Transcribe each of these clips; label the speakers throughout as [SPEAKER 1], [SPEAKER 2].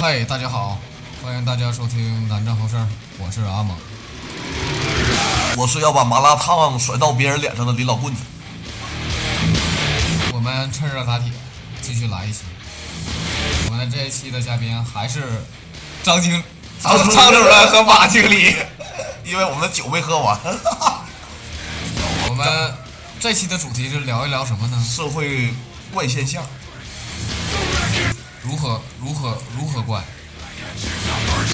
[SPEAKER 1] 嗨，大家好，欢迎大家收听《南站后事儿》，我是阿猛。
[SPEAKER 2] 我是要把麻辣烫甩到别人脸上的林老棍子。
[SPEAKER 1] 我们趁热打铁，继续来一期。我们这一期的嘉宾还是张经张张主任和马经理。
[SPEAKER 2] 因为我们的酒没喝完，
[SPEAKER 1] 我们这期的主题是聊一聊什么呢？
[SPEAKER 2] 社会怪现象，
[SPEAKER 1] 如何如何如何怪？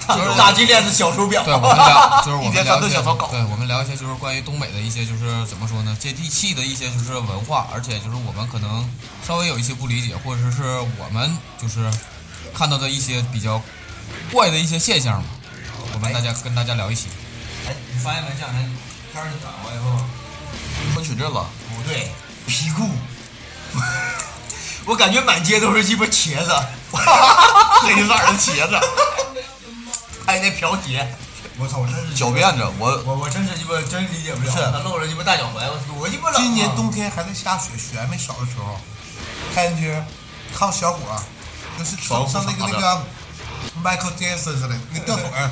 [SPEAKER 2] 就是
[SPEAKER 3] 大金链子小手表，
[SPEAKER 1] 对，我们 聊就是我
[SPEAKER 2] 一
[SPEAKER 1] 们
[SPEAKER 2] 天
[SPEAKER 1] 聊
[SPEAKER 2] 三
[SPEAKER 1] 一
[SPEAKER 2] 顿
[SPEAKER 1] 些
[SPEAKER 2] 小烧烤，
[SPEAKER 1] 对，我们聊一些就是关于东北的一些就是怎么说呢，接地气的一些就是文化，而且就是我们可能稍微有一些不理解，或者是我们就是看到的一些比较怪的一些现象嘛。我们大家跟大家聊一起，
[SPEAKER 3] 哎，你发现没？这两天天儿暖和以后，
[SPEAKER 2] 穿裙子了，
[SPEAKER 3] 不对，皮裤，我感觉满街都是鸡巴茄子，
[SPEAKER 2] 黑色的茄子，
[SPEAKER 3] 还有那瓢鞋。我操！我真是
[SPEAKER 2] 小辫子。我
[SPEAKER 3] 我我真是鸡巴真理解不了，
[SPEAKER 4] 是
[SPEAKER 3] 他露着鸡巴大脚踝，我多鸡巴冷啊！
[SPEAKER 4] 今年冬天还在下雪，雪还没少的时候，开进去看小伙儿，就是上上那个那个 Michael Jackson 似的，那吊腿儿，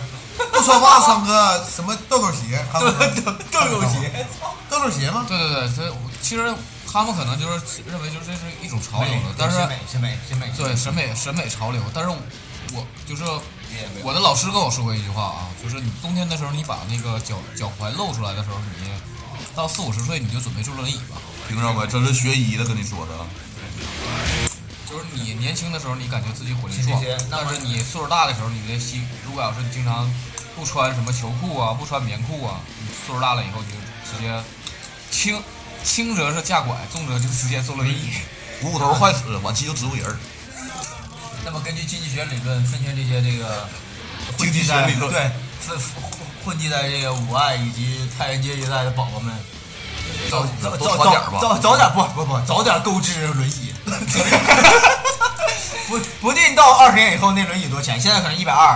[SPEAKER 4] 不说话穿个什么豆豆鞋，看过吗
[SPEAKER 3] 豆 豆豆鞋，
[SPEAKER 4] 豆豆鞋吗？
[SPEAKER 1] 对对对，所以我其实他们可能就是认为就是这是一种潮流了，但是
[SPEAKER 3] 审美审美审美，
[SPEAKER 1] 对审美审美潮流，但是我就是
[SPEAKER 3] 也没有
[SPEAKER 1] 我的老师跟我说过一句话啊，就是你冬天的时候，你把那个脚脚踝露出来的时候，你到四五十岁你就准备坐轮椅吧。
[SPEAKER 2] 听着没？真是学医的跟你说的啊，
[SPEAKER 1] 就是你年轻的时候，你感觉自己火力
[SPEAKER 3] 是这
[SPEAKER 1] 壮
[SPEAKER 3] 些，那
[SPEAKER 1] 但
[SPEAKER 3] 么
[SPEAKER 1] 是你岁数大的时候，你的膝如果要是经常不穿什么球裤啊，不穿棉裤啊，你岁数大了以后，你就直接轻轻则是架拐，重则就直接坐轮椅。
[SPEAKER 2] 股骨头坏死，晚期就植物人儿。
[SPEAKER 3] 嗯那么根据经济学理论分析这些这个
[SPEAKER 2] 经济学
[SPEAKER 3] 混迹在
[SPEAKER 2] 理论
[SPEAKER 3] 对混混迹在这个武汉以及太原街一带的宝宝们，早早
[SPEAKER 2] 多
[SPEAKER 3] 早
[SPEAKER 2] 穿点儿
[SPEAKER 3] 早
[SPEAKER 2] 吧
[SPEAKER 3] 早早点不不不早点购置轮椅， 不不定到二十年以后那轮椅多少钱？现在可能一百 二，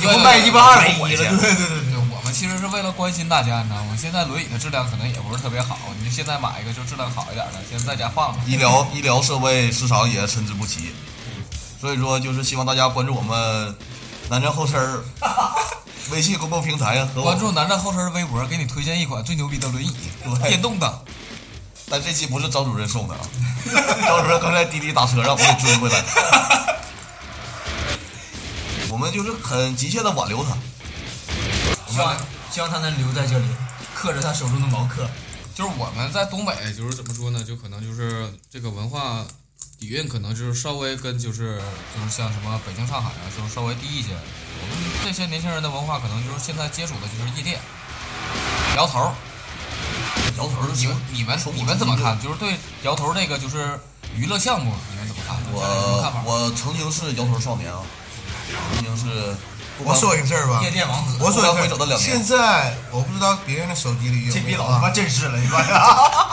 [SPEAKER 3] 以后卖一百二十一了，对对对
[SPEAKER 1] 对，我们其实是为了关心大家，你知道吗？现在轮椅的质量可能也不是特别好，你就现在买一个就质量好一点的，先在家放着。
[SPEAKER 2] 医疗医疗设备市场也参差不齐，所以说就是希望大家关注我们南站后身儿 微信公共平台和我
[SPEAKER 1] 关注南站后身微博，给你推荐一款最牛逼的轮椅，
[SPEAKER 2] 对
[SPEAKER 1] 电动的。
[SPEAKER 2] 但这期不是张主任送的啊，张主任刚才滴滴打车让我给追回来。我们就是很极限的挽留他，
[SPEAKER 3] 希望希望他能留在这里，刻着他手中的毛刻。
[SPEAKER 1] 就是我们在东北，就是怎么说呢？就可能就是这个文化底蕴，可能就是稍微跟就是就是像什么北京、上海啊，就是稍微低一些。我们这些年轻人的文化，可能就是现在接触的就是夜店、摇头。
[SPEAKER 2] 摇头就
[SPEAKER 1] 你
[SPEAKER 2] 行
[SPEAKER 1] 们。你们你们怎么看？就是对摇头这个就是娱乐项目，你们怎么看？
[SPEAKER 2] 我
[SPEAKER 1] 有什么看法？
[SPEAKER 2] 我曾经是摇头少年啊，曾经是不
[SPEAKER 4] 我
[SPEAKER 2] 管
[SPEAKER 4] 说一个事儿吧
[SPEAKER 3] 夜，店王子，
[SPEAKER 4] 我说一
[SPEAKER 2] 我刚回
[SPEAKER 4] 个
[SPEAKER 2] 走
[SPEAKER 4] 事
[SPEAKER 2] 到
[SPEAKER 4] 儿，
[SPEAKER 2] 两年
[SPEAKER 4] 现在我不知道别人的手机里有
[SPEAKER 3] 这
[SPEAKER 4] 没
[SPEAKER 3] 逼
[SPEAKER 4] 有
[SPEAKER 3] 老他妈
[SPEAKER 4] 啊？
[SPEAKER 3] 正式了，你妈！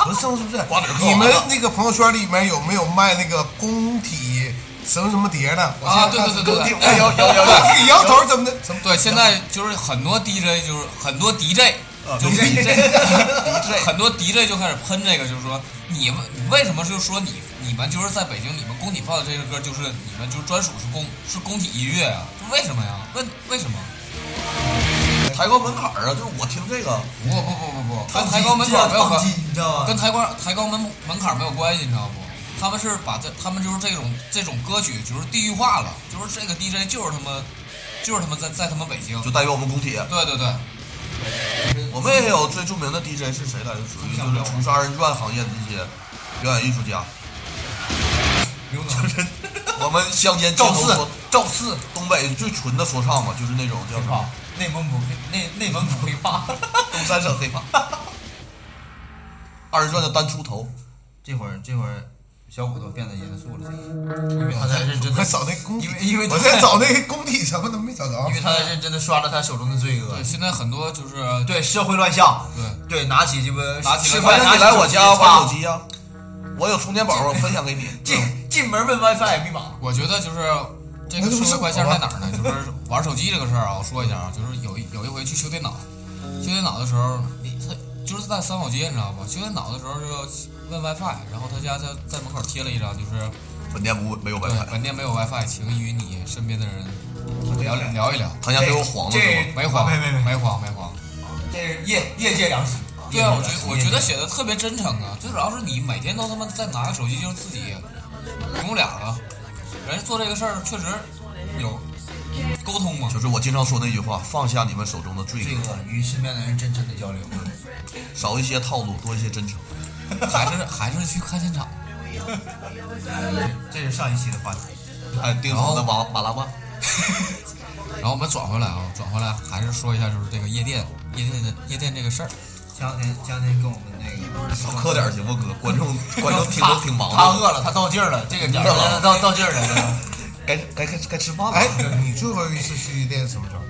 [SPEAKER 4] 不是是不是
[SPEAKER 2] 瓜子儿？嗑
[SPEAKER 4] 你
[SPEAKER 2] 完
[SPEAKER 4] 们
[SPEAKER 2] 了
[SPEAKER 4] 那个朋友圈里面有没有卖那个工体什么什么碟的？我
[SPEAKER 1] 啊，
[SPEAKER 4] 现
[SPEAKER 1] 对
[SPEAKER 4] 在
[SPEAKER 1] 对
[SPEAKER 4] 看
[SPEAKER 1] 对
[SPEAKER 2] 更
[SPEAKER 1] 对
[SPEAKER 2] 顶
[SPEAKER 1] 对。
[SPEAKER 2] 哎摇摇摇 摇，
[SPEAKER 4] 你摇头怎么的？怎么
[SPEAKER 1] 对，现在就是很多 DJ，就是很多 DJ，就是
[SPEAKER 4] 啊 DJ
[SPEAKER 1] DJ，很多 DJ 就开始喷这个，就是说你们你为什么就说你你们就是在北京，你们工体放的这个歌就是你们就专属是工是工体音乐啊？就为什么呀？问为什么？
[SPEAKER 2] 抬高门槛儿啊！就是我听这个，
[SPEAKER 1] 不不不不不，跟抬高门槛没有
[SPEAKER 3] 这叫
[SPEAKER 1] 关
[SPEAKER 3] 抗击，，你知道
[SPEAKER 2] 啊
[SPEAKER 3] 吗？
[SPEAKER 1] 跟抬高抬高门门槛没有关系，你知道不？他们是把这他们就是这种这种歌曲就是地域化了，就是这个 DJ 就是他们就是他们在在他们北京，
[SPEAKER 2] 就代表我们工体。啊
[SPEAKER 1] 对对对。
[SPEAKER 2] 我们也有最著名的 DJ 是谁来着？属于就是从事二人转行业的这些表演艺术家。
[SPEAKER 3] 刘能
[SPEAKER 2] 我们乡间街头
[SPEAKER 3] 赵四
[SPEAKER 2] 说赵四，东北最纯的说唱嘛，就是那种叫什么
[SPEAKER 3] 啊，内蒙古黑内内蒙古黑怕，
[SPEAKER 2] 东三省黑怕。 二人转的单出头，
[SPEAKER 3] 这会儿这会儿小骨头变得严肃了，因为他在认真
[SPEAKER 4] 我
[SPEAKER 3] 的
[SPEAKER 4] 还找那工体，
[SPEAKER 3] 因为因为
[SPEAKER 4] 我在找那个工体什么的没找着
[SPEAKER 3] 因。为他在认真的刷着他手中的罪恶
[SPEAKER 1] 对，，现在很多就是
[SPEAKER 3] 对社会乱象，
[SPEAKER 1] 对
[SPEAKER 3] 对拿起鸡巴
[SPEAKER 1] 拿起
[SPEAKER 3] 吃
[SPEAKER 1] 快
[SPEAKER 2] 欢
[SPEAKER 3] 饭
[SPEAKER 1] 点
[SPEAKER 2] 迎
[SPEAKER 3] 拿
[SPEAKER 2] 你
[SPEAKER 3] 起
[SPEAKER 2] 来我家玩
[SPEAKER 3] 吧
[SPEAKER 2] 手，机呀、我有充电宝，我分享给你。嗯
[SPEAKER 3] 进进门问 WiFi 密码，
[SPEAKER 1] 我觉得就是这个社会怪象在哪儿呢？就是玩手机这个事儿啊，我说一下啊，就是有一有一回去修电脑，修电脑的时候，你他就是在三好街，你知道吧？修电脑的时候就问 WiFi，然后他家在在门口贴了一张，就是
[SPEAKER 2] 本店不没有
[SPEAKER 1] 对
[SPEAKER 2] WiFi，
[SPEAKER 1] 本店没有 WiFi，请与你身边的人聊聊聊一聊，
[SPEAKER 2] 他想对我黄了是吗？
[SPEAKER 1] 没黄，
[SPEAKER 4] 没没没
[SPEAKER 1] 没黄，没黄。
[SPEAKER 3] 这是业业界良心。
[SPEAKER 1] 对啊，我觉我觉得写的特别真诚啊，最主要是你每天都他妈在拿个手机，就是自己一共俩了，人家做这个事儿确实有沟通嘛，
[SPEAKER 2] 就是我经常说那句话：放下你们手中的罪
[SPEAKER 3] 这
[SPEAKER 2] 恶，
[SPEAKER 3] 个与身边的人真诚的交流，
[SPEAKER 2] 少一些套路，多一些真诚。
[SPEAKER 1] 还是还是去看现场。
[SPEAKER 3] 这是上一期的话题。
[SPEAKER 2] 哎，丁总的马马拉曼，
[SPEAKER 1] 然后我们转回来啊，转回来还是说一下就是这个夜店，夜店的夜店这个事儿。
[SPEAKER 3] 前两天前两天跟我们那个
[SPEAKER 2] 少嗑点儿行吗，哥？观众观众听
[SPEAKER 3] 他
[SPEAKER 2] 都挺忙
[SPEAKER 3] 他
[SPEAKER 2] 的，
[SPEAKER 3] 饿了，他到劲儿了，这个点
[SPEAKER 2] 饿了
[SPEAKER 3] 儿到到劲儿了。
[SPEAKER 2] 该该该该吃饭了。
[SPEAKER 4] 哎，你最后一次去夜店什么时候？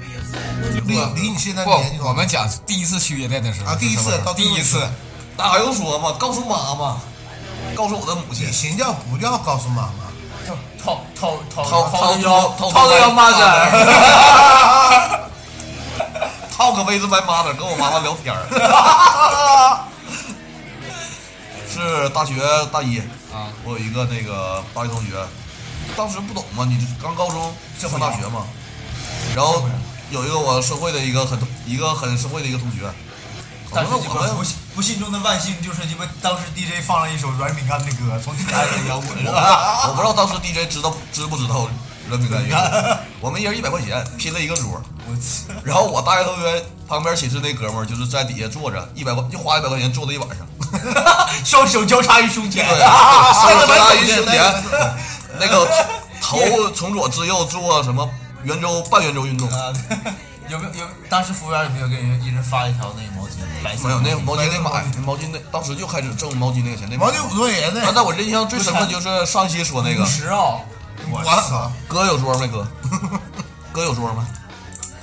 [SPEAKER 4] 离离你现在
[SPEAKER 1] 不
[SPEAKER 4] 年纪，多
[SPEAKER 1] 我
[SPEAKER 4] 少
[SPEAKER 1] 们讲第一次去夜店的时候
[SPEAKER 4] 啊第一次
[SPEAKER 1] 是什么时候
[SPEAKER 4] 到
[SPEAKER 1] 第一次，
[SPEAKER 2] 那还用说吗？告诉妈妈，告诉我的母亲
[SPEAKER 4] 你，寻叫不叫告诉妈妈？
[SPEAKER 3] 掏掏掏
[SPEAKER 2] 掏
[SPEAKER 3] 掏
[SPEAKER 2] 掏
[SPEAKER 3] 的
[SPEAKER 2] 出
[SPEAKER 3] 腰，
[SPEAKER 2] 掏出
[SPEAKER 3] 掏的腰
[SPEAKER 2] 来
[SPEAKER 3] 啊麻子儿。
[SPEAKER 2] 套个杯子白妈的，跟我妈妈聊天儿。是大学大一
[SPEAKER 1] 啊，
[SPEAKER 2] 我有一个那个大学同学，当时不懂嘛，你刚高中上大学嘛，然后有一个我社会的一个很一个很社会的一个同学，
[SPEAKER 3] 但是
[SPEAKER 2] 我
[SPEAKER 3] 你
[SPEAKER 2] 们
[SPEAKER 3] 们
[SPEAKER 2] 我们
[SPEAKER 3] 不幸不幸中的万幸就是鸡巴当时 DJ 放了一首软饼干的歌，从此开 始摇滚
[SPEAKER 2] 我不知道，我不知道当时 DJ 知道知不知道人民乐乐，我们一人一百块钱拼了一个桌，
[SPEAKER 3] 我操！
[SPEAKER 2] 然后我大学同学旁边寝室那哥们儿就是在底下坐着，一百块就花一百块钱坐了一晚上。
[SPEAKER 3] 双手交叉于胸前，
[SPEAKER 2] 对，
[SPEAKER 3] 那
[SPEAKER 2] 那
[SPEAKER 3] 个
[SPEAKER 2] 个大
[SPEAKER 3] 白
[SPEAKER 2] 一
[SPEAKER 3] 手
[SPEAKER 2] 兄弟
[SPEAKER 3] 间，，
[SPEAKER 2] 那个头从左至右做什么圆周半圆周运动？
[SPEAKER 3] 啊，有没有有？当时服务员有没有给人一人发一条那个毛巾？白色
[SPEAKER 2] 没有，那个毛巾
[SPEAKER 4] 白
[SPEAKER 2] 得
[SPEAKER 4] 色
[SPEAKER 2] 买，毛巾那当时就开始挣毛巾那个钱，那
[SPEAKER 4] 毛巾五多块钱呢
[SPEAKER 2] 啊。？但我印象最深的就是上期说那个
[SPEAKER 3] 五十啊！
[SPEAKER 4] 我
[SPEAKER 3] 操！
[SPEAKER 4] 操！
[SPEAKER 2] 哥有桌没哥？ 哥有桌吗？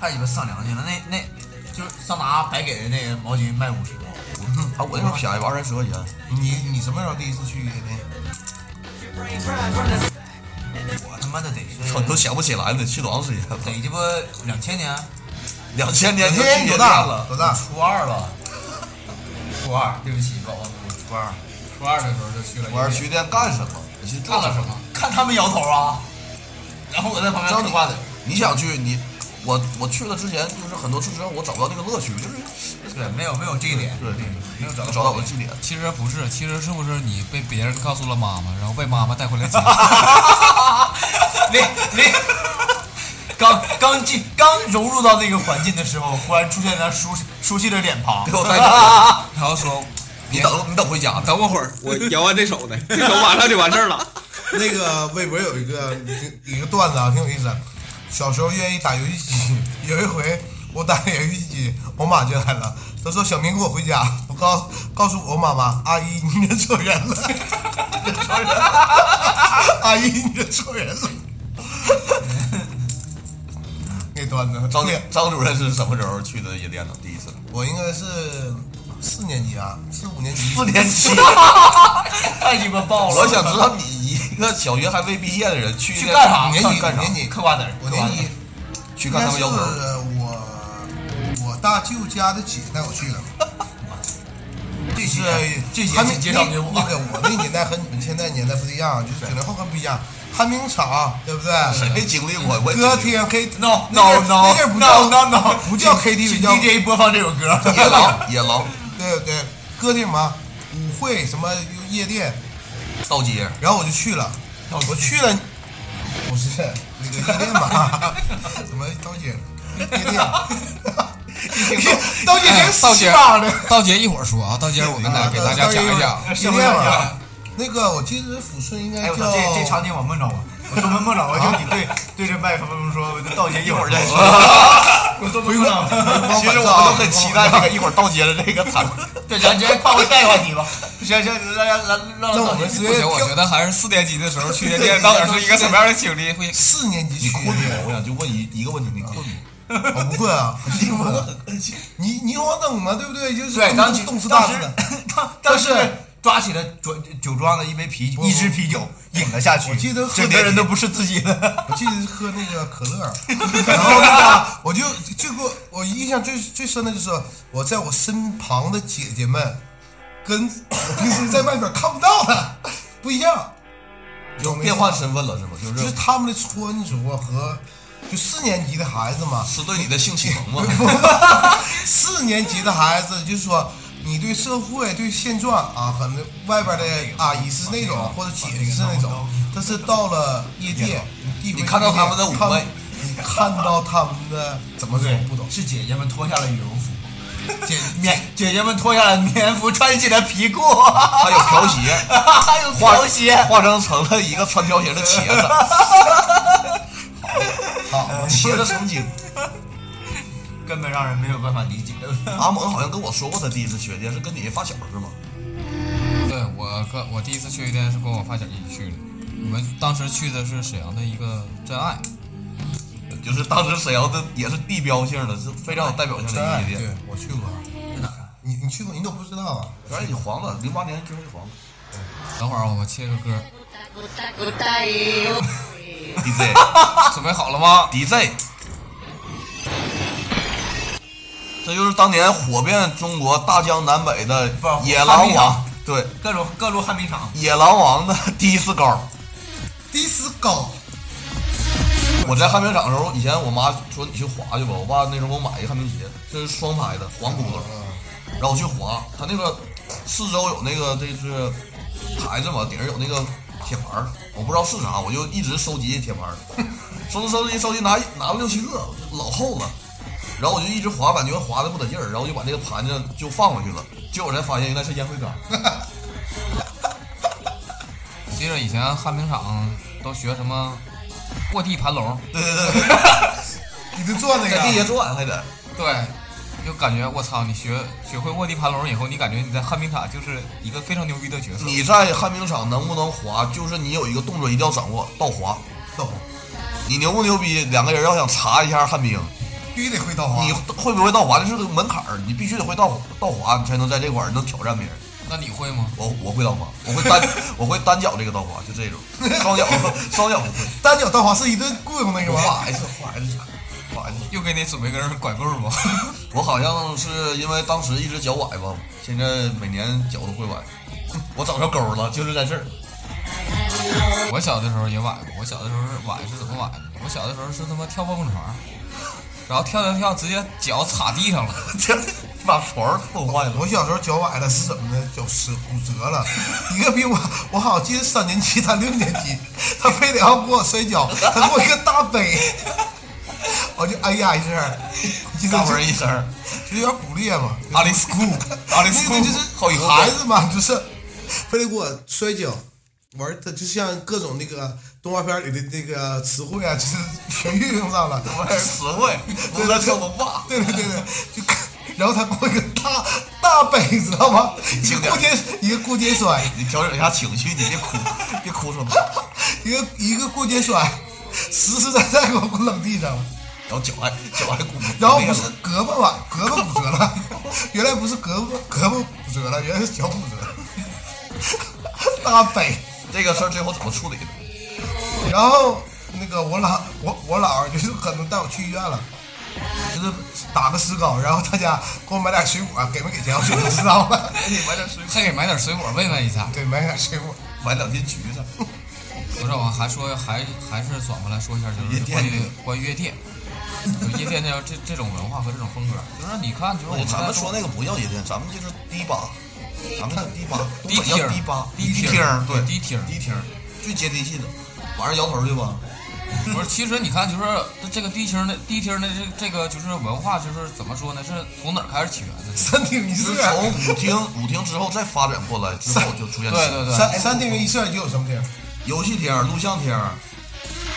[SPEAKER 3] 太鸡巴上梁去了，那那就是桑拿白给的那个毛巾卖五十，哦
[SPEAKER 2] 啊，我那时候便宜吧，二三十块钱。
[SPEAKER 4] 你你什么时候第一次去夜店？
[SPEAKER 3] 我他妈的得是
[SPEAKER 2] 操，你都想不起来了，去多长时间了？
[SPEAKER 3] 得鸡巴两千年，啊
[SPEAKER 2] 两千年就
[SPEAKER 4] 今
[SPEAKER 2] 去
[SPEAKER 4] 年
[SPEAKER 2] 夜
[SPEAKER 4] 多
[SPEAKER 2] 店
[SPEAKER 4] 大
[SPEAKER 2] 了，
[SPEAKER 4] 多大？
[SPEAKER 3] 初二了，初二，对不起，老王，我初二，
[SPEAKER 1] 初二的时候就去了夜店，
[SPEAKER 2] 我要去夜店干什么？你去做
[SPEAKER 1] 干了什么？
[SPEAKER 3] 看他们摇头啊，然后我在旁边
[SPEAKER 2] 让
[SPEAKER 3] 嗑瓜子，
[SPEAKER 2] 你想去你，我我去了之前就是很多次之后我找不到那个乐趣，就是
[SPEAKER 3] 对，没有没有这一点，
[SPEAKER 2] 对对
[SPEAKER 3] 没有找
[SPEAKER 2] 找不到
[SPEAKER 3] 到
[SPEAKER 2] 我的基点。
[SPEAKER 1] 其实不是，其实是不是你被别人告诉了妈妈，然后被妈妈带回来家？
[SPEAKER 3] 那那刚刚进刚融入到那个环境的时候，忽然出现了熟熟悉的脸庞，
[SPEAKER 2] 给我带走，
[SPEAKER 1] 然后说
[SPEAKER 2] 你等你等回家呗。
[SPEAKER 1] 等我会儿，我摇完这手的，这手马上就完事儿了。
[SPEAKER 4] 那个微博有一个一个段子啊，挺有意思。小时候愿意打游戏机，有一回我打游戏机，我妈进来了，她说：“小明跟我回家。”我告告诉我妈妈：“阿姨，你认错人了，认错人了，阿姨，你认错人了。” 那段子
[SPEAKER 2] 张
[SPEAKER 4] 特别
[SPEAKER 2] 张主任是什么时候去的夜店呢？第一次？
[SPEAKER 4] 我应该是四年级啊，四五年级，
[SPEAKER 2] 四年级。
[SPEAKER 3] 太鸡巴爆了！
[SPEAKER 2] 我想知道你一个小学还未毕业的人去
[SPEAKER 3] 去
[SPEAKER 2] 夜店
[SPEAKER 3] 干啥？
[SPEAKER 2] 年底干啥？
[SPEAKER 4] 年底
[SPEAKER 3] 嗑瓜子儿，
[SPEAKER 4] 我
[SPEAKER 3] 嗑瓜
[SPEAKER 4] 年
[SPEAKER 3] 子
[SPEAKER 4] 级
[SPEAKER 3] 儿
[SPEAKER 2] 去看他们摇头
[SPEAKER 4] 应。该是我我大舅家的姐带我 去的。
[SPEAKER 3] 这
[SPEAKER 4] 是啊
[SPEAKER 3] 些这些
[SPEAKER 4] 还没
[SPEAKER 3] 请介绍给
[SPEAKER 4] 那
[SPEAKER 3] 我。
[SPEAKER 4] 个我那年代和你们现在年代不 一样，就是九零后和不一样。旱冰场对不对？
[SPEAKER 2] 没经历过，我也
[SPEAKER 4] 歌
[SPEAKER 2] 经历
[SPEAKER 4] 厅 K
[SPEAKER 3] No
[SPEAKER 4] 那
[SPEAKER 3] no
[SPEAKER 4] 地儿
[SPEAKER 3] no
[SPEAKER 4] 那地儿不
[SPEAKER 3] no
[SPEAKER 4] 叫
[SPEAKER 3] no no，
[SPEAKER 4] 不叫 KTV，叫
[SPEAKER 3] DJ 播放这首歌。
[SPEAKER 2] 过野狼野狼
[SPEAKER 4] 对对歌厅嘛，舞会什么夜店，
[SPEAKER 2] 到街，
[SPEAKER 4] 然后我就去了，我去了，不是那个夜店嘛，什么刀姐夜店， 刀姐挺
[SPEAKER 1] 道
[SPEAKER 4] 死
[SPEAKER 1] 姐
[SPEAKER 4] 吧的。，
[SPEAKER 1] 道姐一会儿说啊，道姐我们来给大家讲一 讲。
[SPEAKER 4] 夜店嘛。那个我记得抚顺应该
[SPEAKER 3] 哎，
[SPEAKER 4] 叫
[SPEAKER 3] 我操，这这场景我梦着过，我做梦梦着过，就你对对着麦克风说，我就道歉一会儿再说。我做梦梦着过。
[SPEAKER 2] 其实我们都很期待这个一会儿到街的这个场。
[SPEAKER 3] 对，咱直接跨过下一个话题吧。行行，咱咱咱让
[SPEAKER 4] 那我们直
[SPEAKER 1] 不行，
[SPEAKER 4] 接
[SPEAKER 1] 我觉
[SPEAKER 4] 跳
[SPEAKER 1] 得还是四年级的时候去夜店到底是一个什么样的经历？会
[SPEAKER 4] 四年级
[SPEAKER 2] 你
[SPEAKER 4] 去
[SPEAKER 2] 困
[SPEAKER 4] 夜店
[SPEAKER 2] 吗？。我想就问一一个问题，你困吗？
[SPEAKER 4] 我不会啊，
[SPEAKER 2] 你问的很客气。
[SPEAKER 4] 你霓虹灯嘛，对不对？就是
[SPEAKER 3] 对，当时
[SPEAKER 4] 冻死大字的。
[SPEAKER 3] 当当时抓起了酒酒庄的一杯啤酒，一支啤酒饮了下去，
[SPEAKER 4] 我记得喝
[SPEAKER 3] 整个人都不是自己的。
[SPEAKER 4] 我记得喝那个可乐，然后那个我就就给我我印象最最深的就是我在我身旁的姐姐们，跟我平时在外边看不到的不一样，
[SPEAKER 2] 就变换身份了是吗？就
[SPEAKER 4] 就是
[SPEAKER 2] 是
[SPEAKER 4] 他们的穿着和就四年级的孩子嘛，
[SPEAKER 2] 是对你的性启蒙吗？
[SPEAKER 4] 四年级的孩子，就是说你对社会、对现状啊，可能外边的阿姨是那种，或者姐姐是那种，但是到了夜店，地
[SPEAKER 2] 你看到他们的妩媚，
[SPEAKER 4] 你看到他们的怎么说
[SPEAKER 3] 对，
[SPEAKER 4] 不懂？
[SPEAKER 3] 是姐姐们脱下了羽绒服，
[SPEAKER 4] 姐
[SPEAKER 3] 棉姐姐们脱下了棉服，穿起了皮裤，
[SPEAKER 2] 还有瓢鞋，
[SPEAKER 3] 还有
[SPEAKER 2] 化
[SPEAKER 3] 瓢鞋。
[SPEAKER 2] 化妆成了一个穿瓢鞋的茄子，
[SPEAKER 4] 好，
[SPEAKER 2] 茄子成精。
[SPEAKER 3] 根本让人没有办法理解。
[SPEAKER 2] 阿蒙好像跟我说过，他第一次去夜店是跟你发小是吗？
[SPEAKER 1] 对我跟我第一次去夜店是跟我发小一起去的，我们当时去的是沈阳的一个真爱，
[SPEAKER 2] 就是当时沈阳的也是地标性的，是非常有代表性
[SPEAKER 4] 真
[SPEAKER 2] 的
[SPEAKER 4] 爱，
[SPEAKER 2] 夜
[SPEAKER 4] 对
[SPEAKER 2] 店。
[SPEAKER 4] 我去过，
[SPEAKER 2] 嗯
[SPEAKER 4] 你你去过，你都不知道啊？
[SPEAKER 2] 原来你黄了，零八年之后就黄了。
[SPEAKER 1] 等会儿我们切个歌，
[SPEAKER 2] DJ
[SPEAKER 1] 准备好了吗？
[SPEAKER 2] DJ，这就是当年火遍中国大江南北的
[SPEAKER 3] 不是
[SPEAKER 2] 野狼
[SPEAKER 3] 旱冰
[SPEAKER 2] 王
[SPEAKER 3] 场，
[SPEAKER 2] 对
[SPEAKER 3] 各种各路旱冰场，
[SPEAKER 2] 野狼王的第一次高。
[SPEAKER 4] 迪斯高，
[SPEAKER 2] 我在旱冰场的时候，以前我妈说你去滑去吧，我爸那时候给我买一个旱冰鞋，这是双排的黄轱辘，然后我去滑，它那个四周有那个这是牌子嘛，顶上有那个铁牌儿，我不知道是啥，我就一直收集铁牌儿， 收集收集收集拿拿了六七个，老厚了，然后我就一直滑，感觉滑的不得劲儿，然后我就把那个盘子就放回去了，结果才发现原来是烟灰缸。
[SPEAKER 1] 记着以前旱冰场都学什么卧地盘龙，
[SPEAKER 2] 对对对啊对，
[SPEAKER 4] 你就坐那
[SPEAKER 2] 在地
[SPEAKER 4] 个
[SPEAKER 2] 下转还得。
[SPEAKER 1] 对，就感觉我操，你学学会卧地盘龙以后，你感觉你在旱冰场就是一个非常牛逼的角色。
[SPEAKER 2] 你在旱冰场能不能滑，就是你有一个动作一定要掌握，倒滑。
[SPEAKER 4] 倒滑，
[SPEAKER 2] 你牛不牛逼？两个人要想查一下旱冰，
[SPEAKER 4] 必须得会倒滑
[SPEAKER 2] 你。会不会倒滑？这是个门槛儿，你必须得会倒倒滑，你才能在这块儿能挑战别人。
[SPEAKER 1] 那你会吗？
[SPEAKER 2] 我我会倒滑，我会单 我会单脚这个倒滑，就这种， 双脚双脚不会。
[SPEAKER 4] 单脚倒滑是一顿雇佣那个
[SPEAKER 2] 我
[SPEAKER 4] 吗？
[SPEAKER 2] 滑一次，滑一次，滑一次。
[SPEAKER 1] 又给你准备根拐棍儿吗？
[SPEAKER 2] 我好像是因为当时一直脚崴吧，现在每年脚都会崴。 我找着钩儿了，就是在这儿。
[SPEAKER 1] 我小的时候也崴过，我小的时候是崴是怎么崴的？我小的时候是他妈跳蹦蹦床，然后跳跳跳，直接脚插地上了。
[SPEAKER 2] 这把床儿弄坏了。
[SPEAKER 4] 我小时候脚崴了是怎么的？脚折骨折了， 一个比我我好像记得三年级，他六年级， 他非得要给我摔跤，他给我一个大背， 我就哎呀一声，一
[SPEAKER 2] 大
[SPEAKER 4] 声
[SPEAKER 2] 伙儿一 声儿
[SPEAKER 4] 就有点骨裂嘛。
[SPEAKER 2] ，Alice Cool，Alice
[SPEAKER 4] 那
[SPEAKER 2] Cool，
[SPEAKER 4] 个就是
[SPEAKER 2] 好以后
[SPEAKER 4] 孩子嘛，就是非得给我摔跤，玩儿，他就像各种那个动画片里的那个词汇啊， 就是全运用上了。
[SPEAKER 2] 我是 词汇， 我在特我爸。
[SPEAKER 4] 对对对对，就 看，然后他给我一个大大杯，知道吗？一
[SPEAKER 2] 轻
[SPEAKER 4] 个
[SPEAKER 2] 点
[SPEAKER 4] 过肩，一个过肩摔，
[SPEAKER 2] 你调整一下情绪，你别哭，别哭出来，
[SPEAKER 4] 一个一个过肩摔，实实在在给我滚冷地上了。
[SPEAKER 2] 然后脚啊 还脚还鼓，
[SPEAKER 4] 然后不是胳膊崴，胳膊骨折了， 原来不是胳膊胳膊骨折了，原来是脚骨折了。 大背，
[SPEAKER 2] 这个事儿最后怎么处理的？
[SPEAKER 4] 然后那个我姥我我姥儿就是可能带我去医院了。就是打个石膏，然后他家给我买点水果，给没给钱我就不知道了。
[SPEAKER 2] 你哎买点水果，
[SPEAKER 1] 还给买点水果喂喂一下。
[SPEAKER 4] 对，买点水果。
[SPEAKER 2] 买两斤 橘子。
[SPEAKER 1] 不是，我还说还还是转过来说一下，就
[SPEAKER 2] 夜
[SPEAKER 1] 是
[SPEAKER 2] 店
[SPEAKER 1] 关于关于夜店，就夜店这这这种文化和这种风格，就是你看，就是我们
[SPEAKER 2] 咱
[SPEAKER 1] 在
[SPEAKER 2] 们说那个不叫夜店，咱们就是迪吧，咱们叫迪 吧，东
[SPEAKER 1] 迪
[SPEAKER 2] 北
[SPEAKER 1] 厅
[SPEAKER 2] 叫
[SPEAKER 1] 儿
[SPEAKER 2] 迪吧，
[SPEAKER 1] 迪厅
[SPEAKER 2] 厅
[SPEAKER 1] 儿
[SPEAKER 2] 儿，对，
[SPEAKER 1] 迪厅儿
[SPEAKER 2] 迪厅儿最接地气的。晚上摇头去吧，
[SPEAKER 1] 不是，其实你看，就是这个低厅的低厅的这这个就是文化，就是怎么说呢？是从哪儿开始起源的？
[SPEAKER 4] 三厅一
[SPEAKER 2] 就是
[SPEAKER 4] 社，
[SPEAKER 2] 从舞厅舞 厅之后再发展过来，之后就出现
[SPEAKER 1] 对对对，
[SPEAKER 4] 三三厅一社就有什么厅？
[SPEAKER 2] 游戏厅、录像厅、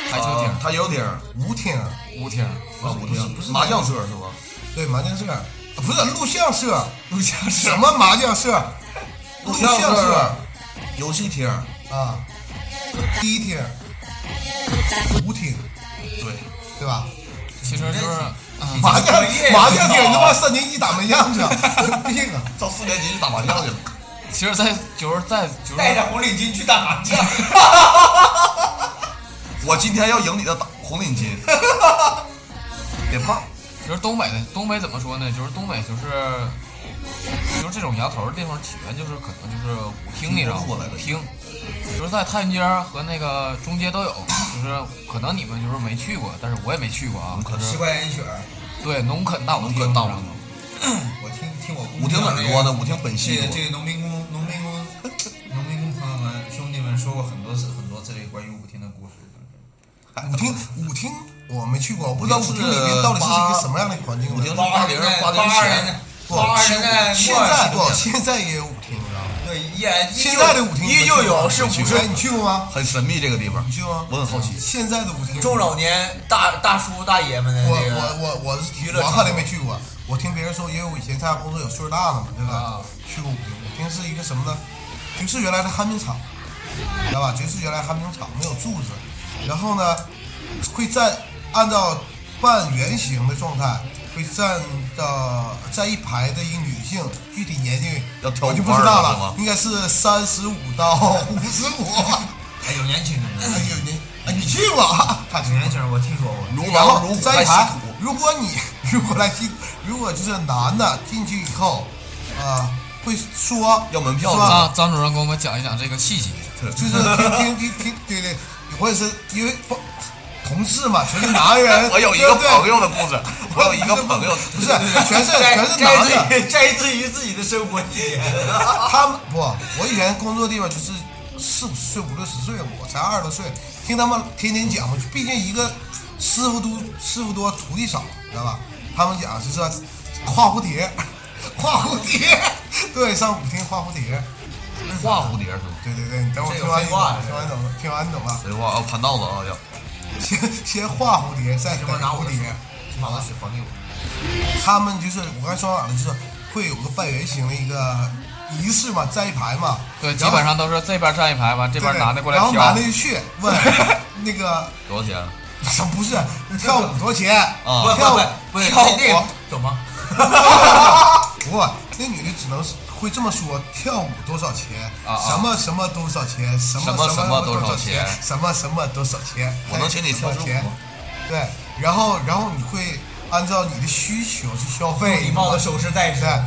[SPEAKER 1] 台球
[SPEAKER 2] 呃
[SPEAKER 1] 厅、
[SPEAKER 2] 台球厅、
[SPEAKER 4] 舞厅，
[SPEAKER 1] 舞厅、
[SPEAKER 2] 啊舞厅、
[SPEAKER 4] 不是
[SPEAKER 2] 麻将社是吧？
[SPEAKER 4] 对麻将社，啊不是录像社，
[SPEAKER 1] 录像室
[SPEAKER 4] 什么麻将社？录
[SPEAKER 2] 像
[SPEAKER 4] 像社
[SPEAKER 2] 游戏厅，
[SPEAKER 4] 啊，第一厅，舞厅，
[SPEAKER 2] 对，
[SPEAKER 4] 对吧？
[SPEAKER 1] 其实就是 嗯
[SPEAKER 4] 麻将
[SPEAKER 3] 作业
[SPEAKER 4] 麻将
[SPEAKER 3] 知道
[SPEAKER 4] 厅，
[SPEAKER 3] 啊
[SPEAKER 4] 他妈三年级打麻将去，有 病啊！
[SPEAKER 2] 上四年级就打麻将去了。
[SPEAKER 1] 其实在就是在就是
[SPEAKER 3] 戴着红领巾去打麻将，
[SPEAKER 2] 我今天要赢你的打红领巾， 别怕，
[SPEAKER 1] 其实东北的东北怎么说呢？就是东北就是就是这种摇头的地方起源就是可能就是舞厅那种
[SPEAKER 2] 听不过来的
[SPEAKER 1] 舞厅，就是在太原街儿和那个中街都有，就是可能你们就是没去过，但是我也没去过啊。
[SPEAKER 2] 可
[SPEAKER 1] 就是
[SPEAKER 4] 西班牙人曲儿，
[SPEAKER 1] 对农垦大舞厅，
[SPEAKER 2] 农垦大舞厅
[SPEAKER 1] 你知道吗
[SPEAKER 4] 我听听我
[SPEAKER 2] 舞厅哪儿多呢？舞厅本溪
[SPEAKER 4] 这个
[SPEAKER 2] 多
[SPEAKER 4] 这。个农民工农民工农民工朋友们兄弟们说过很多次很多次这个关于舞厅的故事。
[SPEAKER 2] 舞
[SPEAKER 4] 舞厅舞厅我没去过，我不知道舞厅里面到底是一个什么样的环境。
[SPEAKER 2] 舞厅是
[SPEAKER 4] 八
[SPEAKER 2] 八
[SPEAKER 4] 二
[SPEAKER 2] 零
[SPEAKER 4] 年
[SPEAKER 2] 八零
[SPEAKER 4] 八二年
[SPEAKER 2] 前，
[SPEAKER 4] 不
[SPEAKER 2] 哇
[SPEAKER 4] 现在
[SPEAKER 2] 七
[SPEAKER 4] 现
[SPEAKER 2] 五七
[SPEAKER 4] 在
[SPEAKER 2] 五
[SPEAKER 4] 不现在也有舞厅，你知道吗？
[SPEAKER 3] 对，依然
[SPEAKER 4] 现在的舞厅
[SPEAKER 3] 依旧有是五
[SPEAKER 4] 五
[SPEAKER 3] 十
[SPEAKER 4] 十，哎你去过吗？
[SPEAKER 2] 很神秘这个地方
[SPEAKER 4] 你。去过吗？
[SPEAKER 2] 我很好奇
[SPEAKER 4] 现在的舞厅，
[SPEAKER 3] 中老年大大叔大爷们的
[SPEAKER 4] 我
[SPEAKER 3] 这个
[SPEAKER 4] 我我我是
[SPEAKER 3] 娱乐
[SPEAKER 4] 我
[SPEAKER 3] 场
[SPEAKER 4] 肯
[SPEAKER 3] 所
[SPEAKER 4] 定没去过。我听别人说，因为我以前参加工作有岁数大了嘛，对吧？去过舞厅，舞厅是一个什么呢？就是原来的旱冰场，知道吧？就是原来旱冰场没有柱子，然后呢，会站按照半圆形的状态，会站到站一排的一女性，具体年龄
[SPEAKER 2] 要挑
[SPEAKER 4] 我就
[SPEAKER 2] 舞
[SPEAKER 4] 不
[SPEAKER 2] 伴
[SPEAKER 4] 知
[SPEAKER 2] 儿
[SPEAKER 4] 道
[SPEAKER 2] 了是
[SPEAKER 4] 了
[SPEAKER 2] 吗，
[SPEAKER 4] 应该是三十五到五十五。
[SPEAKER 3] 哎有年轻人的
[SPEAKER 4] 哎呦你哎 你去过？
[SPEAKER 3] 大挺年轻人，我听说过。
[SPEAKER 2] 如
[SPEAKER 4] 然
[SPEAKER 2] 狼
[SPEAKER 4] 后
[SPEAKER 2] 如虎
[SPEAKER 4] 在
[SPEAKER 2] 来
[SPEAKER 4] 一
[SPEAKER 2] 吸
[SPEAKER 4] 排
[SPEAKER 2] 土，，
[SPEAKER 4] 如果你 如果来西，如果就是男的进去以后，啊、会说
[SPEAKER 2] 要门票
[SPEAKER 4] 是吧？
[SPEAKER 1] 张张主任给我们讲一讲这个细节。
[SPEAKER 4] 就是 听听听听，对对，我也是因为不同事嘛，全是男人
[SPEAKER 2] 哎 ，我有一个
[SPEAKER 4] 对不对
[SPEAKER 2] 朋，友的故事，我有一个朋友，
[SPEAKER 4] 不是 全是
[SPEAKER 3] 摘
[SPEAKER 4] 全是
[SPEAKER 3] 摘
[SPEAKER 4] 男的，
[SPEAKER 3] 自己 摘自于自己的生 活体验。
[SPEAKER 4] 他们不，我以前工作地方就是四五十岁、五六十岁，我才二十多岁，听他们天天讲，毕竟一个师傅多，师傅多，徒弟少，知道吧？他们讲就是画蝴蝶，画蝴蝶，对，上舞厅画蝴蝶，
[SPEAKER 2] 画蝴蝶是吗？
[SPEAKER 4] 对对对，你等我
[SPEAKER 3] 这
[SPEAKER 4] 听
[SPEAKER 3] 有
[SPEAKER 4] 完你
[SPEAKER 3] 废话
[SPEAKER 4] 懂，听完懂了，听完你懂了，
[SPEAKER 2] 谁画啊？盘道子啊，要
[SPEAKER 4] 先先画蝴蝶，再
[SPEAKER 3] 什
[SPEAKER 4] 等
[SPEAKER 3] 么拿
[SPEAKER 4] 蝴
[SPEAKER 3] 我的
[SPEAKER 4] 蝶。
[SPEAKER 3] 妈的水还给我。
[SPEAKER 4] 他们就是我刚才说哪了，就是会有个半圆形的一个仪式嘛，站一排嘛，
[SPEAKER 1] 对，基
[SPEAKER 4] 然后
[SPEAKER 1] 本上都是这边站一排，完这边
[SPEAKER 4] 对
[SPEAKER 1] 男的过来
[SPEAKER 4] 然后
[SPEAKER 1] 挑
[SPEAKER 4] 男的。就去问那个
[SPEAKER 2] 多少钱？
[SPEAKER 4] 什不是 跳舞多少钱
[SPEAKER 2] 啊
[SPEAKER 3] 不
[SPEAKER 4] 跳舞
[SPEAKER 3] 不不不，
[SPEAKER 4] 跳舞
[SPEAKER 3] 这个懂吗？
[SPEAKER 4] 不，那女的只能是会这么说：跳舞多少钱？
[SPEAKER 1] 啊啊
[SPEAKER 4] 什么什么多少钱？什么
[SPEAKER 2] 什么
[SPEAKER 4] 什
[SPEAKER 2] 什么
[SPEAKER 4] 多
[SPEAKER 2] 多少
[SPEAKER 4] 钱
[SPEAKER 2] 钱？
[SPEAKER 4] 什么什么多少钱？
[SPEAKER 2] 我能请你跳支舞吗
[SPEAKER 4] 哎什么钱对，然后然后你会按照你的需求去消费，
[SPEAKER 3] 礼貌的手势戴
[SPEAKER 4] 对
[SPEAKER 3] 上。